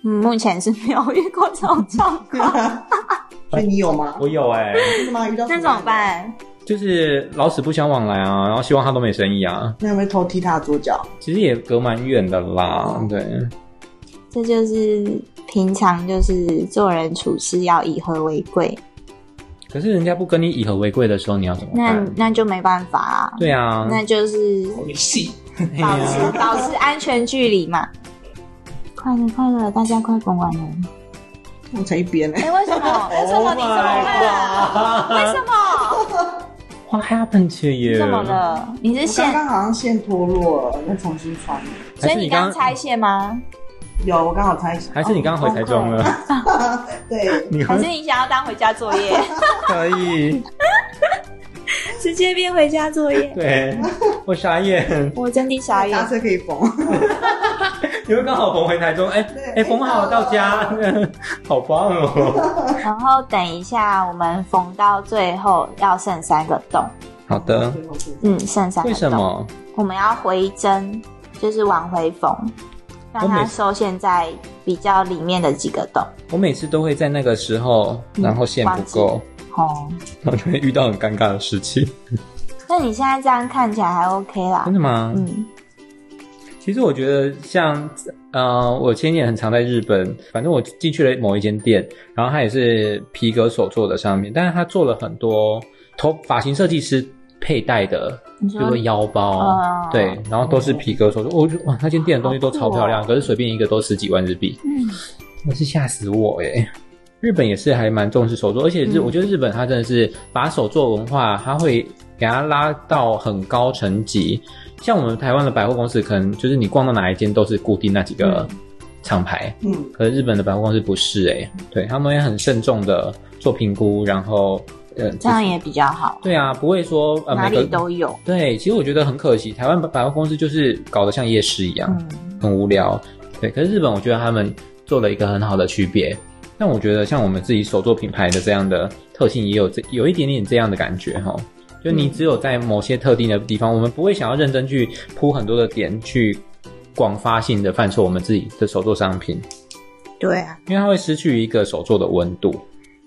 B: 嗯，目前是没有遇过这种状况，
C: 所以你有吗？
A: 我有哎、
C: 真的吗？遇 到
B: 那怎么？办？
A: 就是老死不相往来啊，然后希望他都没生意啊，
C: 那有没有偷踢他的左脚？
A: 其实也隔蛮远的啦，嗯对，
B: 这就是平常就是做人处事要以和为贵，
A: 可是人家不跟你以和为贵的时候，你要怎么
B: 那
A: 办？
B: 那就没办法啊，
A: 对啊，
B: 那就是
D: 你戏
A: 嘿
B: 保
A: 啊
B: 持保持安全距离嘛。快了快了，大家快滚完了！
C: 我才一边 呢、
B: 哎、为什么？为什么你这么
A: Oh my
B: 快？为什么？
A: What happened to you？
B: 怎么？了？你是
C: 我刚
B: 线？
C: 刚好像线脱落了，再重新穿。
B: 所以你
A: 还是你刚
B: 刚刚拆线吗？
C: 有，我刚好猜想。
A: 还是你刚回台中了？
C: 哦对，
A: 你
B: 还
A: 刚
B: 是你想要当回家作业？
A: 可以？
B: 直接变回家作业？
A: 对，我傻眼。
B: 我真的傻
C: 刹
B: 眼。
C: 车可以缝。
A: 你们刚好逢回台中，哎
C: 对
A: 哎，冯好到家， 好棒哦。
B: 然后等一下，我们缝到最后要剩三个洞，
A: 好的，
C: 最后最后
B: 嗯，剩三个洞。
A: 为什？么？
B: 我们要回针，就是往回缝，让
A: 我每
B: 它
A: 次
B: 收线在比较里面的几个洞。
A: 我每次都会在那个时候，然后线不够，
B: 哦，
A: 然后就会遇到很尴尬的事情。
B: 那你现在这样看起来还 OK 啦
A: 真。的吗？
B: 嗯，
A: 其实我觉得像，呃，我前年很常在日本，反正我进去了某一间店，然后它也是皮革手做的上面，但是它做了很多头发型设计师佩戴的，
B: 你
A: 比
B: 说
A: 如说腰包，啊
B: 哦
A: 对，然后都是皮革手做，我就哇，那间店的东西都超漂亮，
B: 好酷哦嗯
A: 可是随便一个都十几万日币，我是吓死我耶！日本也是还蛮重视手作，而且日、
B: 嗯
A: 我觉得日本它真的是把手作文化，它会给它拉到很高层级。像我们台湾的百货公司，可能就是你逛到哪一间都是固定那几个
B: 嗯
A: 厂牌，
C: 嗯，
A: 可是日本的百货公司不是诶、对他们也很慎重的做评估，然后呃，
B: 这样也比较好，
A: 对啊，不会说呃
B: 哪
A: 每个
B: 里都有。
A: 对，其实我觉得很可惜，台湾百货公司就是搞得像夜市一样，
B: 嗯，
A: 很无聊。对，可是日本我觉得他们做了一个很好的区别。但我觉得像我们自己手做品牌的这样的特性，也有这有一点点这样的感觉哈。就你只有在某些特定的地方，我们不会想要认真去铺很多的点去广发性的贩售我们自己的手做商品，
C: 对啊。
A: 因为它会失去一个手做的温度。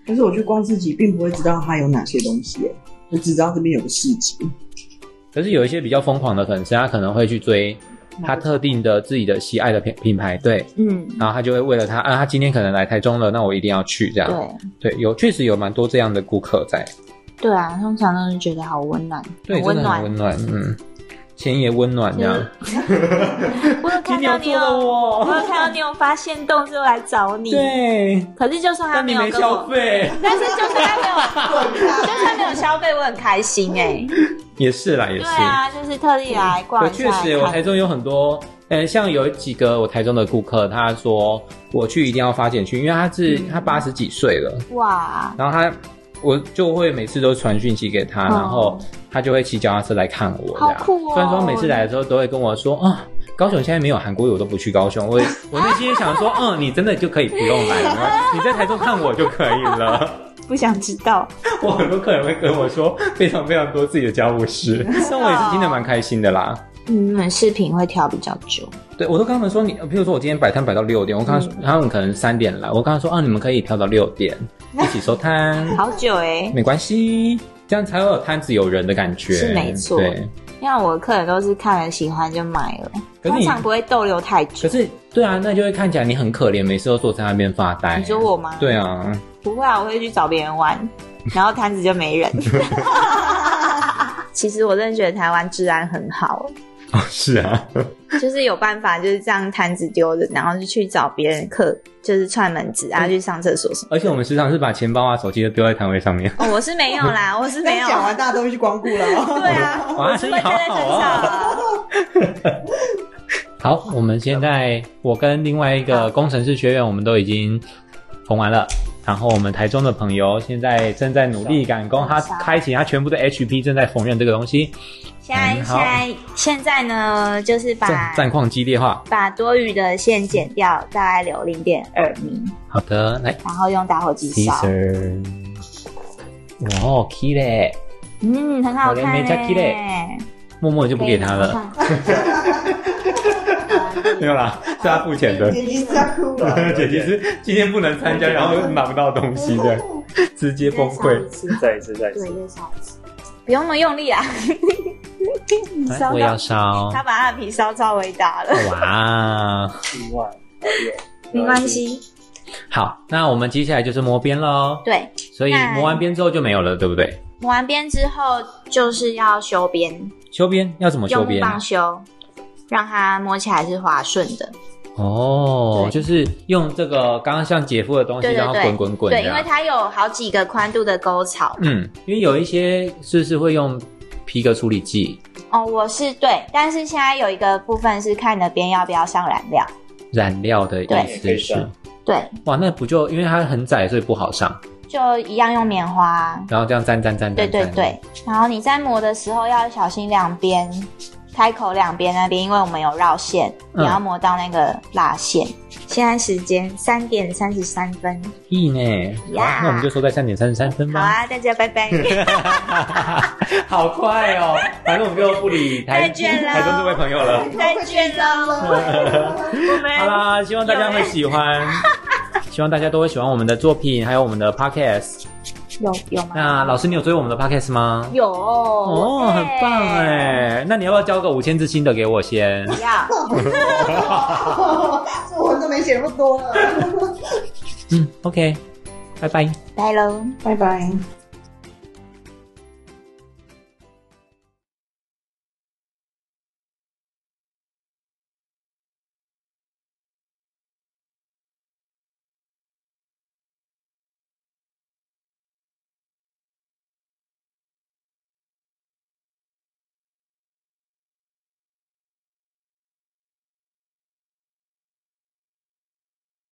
C: 但是我去逛市集，并不会知道它有哪些东西、欸，我只知道这边有个市集。
A: 可是有一些比较疯狂的粉丝，他可能会去追他特定的自己的喜爱的品品牌，对，
B: 嗯，
A: 然后他就会为了他啊，他今天可能来台中了，那我一定要去这样。
B: 对
A: 对，啊有确实有蛮多这样的顾客在，
B: 对啊，通常都是觉得好温暖，
A: 对，
B: 好
A: 真的很
B: 温暖。
A: 温暖，嗯，钱也温暖这样。
B: 我有看到你有，我有看到你有发现动之后来找你。
A: 对，
B: 可是就算他
A: 但
B: 没
A: 你
B: 有
A: 没
B: 跟我
A: 消，费，
B: 但是就算他没 有，就算他没有消费，我很开心哎、
A: 也是啦，也
B: 对
A: 是。
B: 啊，就是特地来逛
A: 对，
B: 一下。
A: 确实，我
B: 啊看
A: 台中有很多，嗯，像有几个我台中的顾客，他说我去一定要发简讯，因为他是、
B: 嗯
A: 他八十几岁了，
B: 哇，
A: 然后他我就会每次都传讯息给他，
B: 哦
A: 然后他就会骑脚踏车来看我这样。
B: 好酷哦
A: 虽然说每次来的时候都会跟我说啊。高雄现在没有韩国语，我都不去高雄。 我我内心也想说，嗯，你真的就可以不用来了， 你在台中看我就可以了。
B: 不想知道，
A: 我很多客人会跟我说非常非常多自己的家务 事，
B: 啊
A: 但我也是听得蛮开心的啦。
B: 嗯，你们视频会调比较久，
A: 对，我都跟他们说你，呃比如说我今天摆摊摆到六点，我跟他说、
B: 嗯
A: 他们可能三点来，我跟他说啊，你们可以跳到六点一起收摊，
B: 好久哎、
A: 没关系，这样才会有摊子有人的感觉，
B: 是没错
A: 对，
B: 因为我的客人都是看了喜欢就买了，
A: 可是
B: 通
A: 你
B: 常不会逗留太
A: 可。
B: 久
A: 是对啊，那就会看起来你很可怜，每次都坐在那边发呆。
B: 你说我吗？
A: 对，啊，
B: 不会啊，我会去找别人玩，然后摊子 就没人。其实我真的觉得台湾治安很好，
A: 哦是啊，
B: 就是有办法就是这样摊子丢着，然后就去找别人客，就是串门子啊，去上厕所什么。
A: 而且我们时常是把钱包啊、手机都丢在摊位上面。
B: 哦，我是没有啦，我是
C: 但
B: 没有。
C: 讲完，大家都会去光顾了哦。
B: 对啊，
A: 哇
B: 我是会带在身
A: 真好
B: 上
A: 啊
B: 啊。
A: 好，我们现在我跟另外一个工程师学员，我们都已经缝完了。然后我们台中的朋友现在正在努力赶工，他开启他全部的 HP，正在缝纫这个东西，
B: 现在
A: 嗯
B: 现
A: 好
B: 在现在呢，就是把
A: 战战况激烈化。
B: 把多余的线剪掉，大概留零点二米，
A: 好的，来
B: 然后用打火机烧。
A: ，Caesar，哇哦，k 嘞，
B: 嗯，很
A: 我
B: 好看
A: 的美加綺
B: 嘞、
A: 麗默默就不给他了，没有啦，是他付 钱的。
C: 姐姐是要哭了。
A: 剪辑师今天不能参加，然后拿不到东西的，
B: 哦
A: 直接崩溃。
E: 再一次，再一
B: 对，
E: 次，
B: 再烧一次，不用那么用 力啊。你
A: 来
B: 烧
A: 哎我也要
B: 到，
A: 烧，
B: 他把他的皮烧超伟大了，
A: 哇！
E: 意外，
B: 没关。系。
A: 好，那我们接下来就是磨边喽。
B: 对，
A: 所以
B: 那
A: 磨完边之后就没有了，对不对？
B: 磨完边之后就是要修边，
A: 修边要怎么修
B: 用木
A: 边？
B: 棒修，让它摸起来是滑顺的。
A: 哦，
B: 对
A: 就是用这个刚刚像姐夫的东西，
B: 对
A: 然
B: 对
A: 后滚
B: 对，
A: 滚滚啊
B: 对，
A: 这
B: 因为
A: 样。
B: 它有好几个宽度的沟槽。
A: 嗯，因为有一些是不是会用皮革处理剂、
B: 哦，我是对，但是现在有一个部分是看你的边要不要上染料。
A: 染料的
B: 对
A: 意
E: 可
A: 思
E: 以
A: 是
E: 这样？
B: 对，
A: 哇，那不就因为它很窄，所以不好上，
B: 就一样用棉花啊、
A: 然后这样粘粘粘粘。
B: 对对
A: 粘，
B: 对，然后你在磨的时候要小心两边开口两边那边，因为我们有绕线，
A: 嗯
B: 你要磨到那个蜡线。现在时间三点三十三分，
A: 意呢。好
B: 呀
A: 那我们就收在三点三十三分
B: 好
A: 吧。
B: 啊，大家拜拜，
A: 嗯好快哦，反正我们就不理台
B: 再见了
A: 台中这位朋友了。
B: 再见 喽，我
A: 好
B: 们
A: 啦，希望大家会喜欢， 希望大家都会喜欢我们的作品，还有我们的 podcast。
B: 有有
A: 那
B: 吗？
A: 老师，你有追我们的 podcast 吗？
B: 有
A: 啊哦，很棒，哎！那你要不要交个五千字新的给我先？
B: 不要，
C: 这文都没写那么多了，
A: 嗯，OK，拜拜。
B: 拜喽。
C: 拜拜。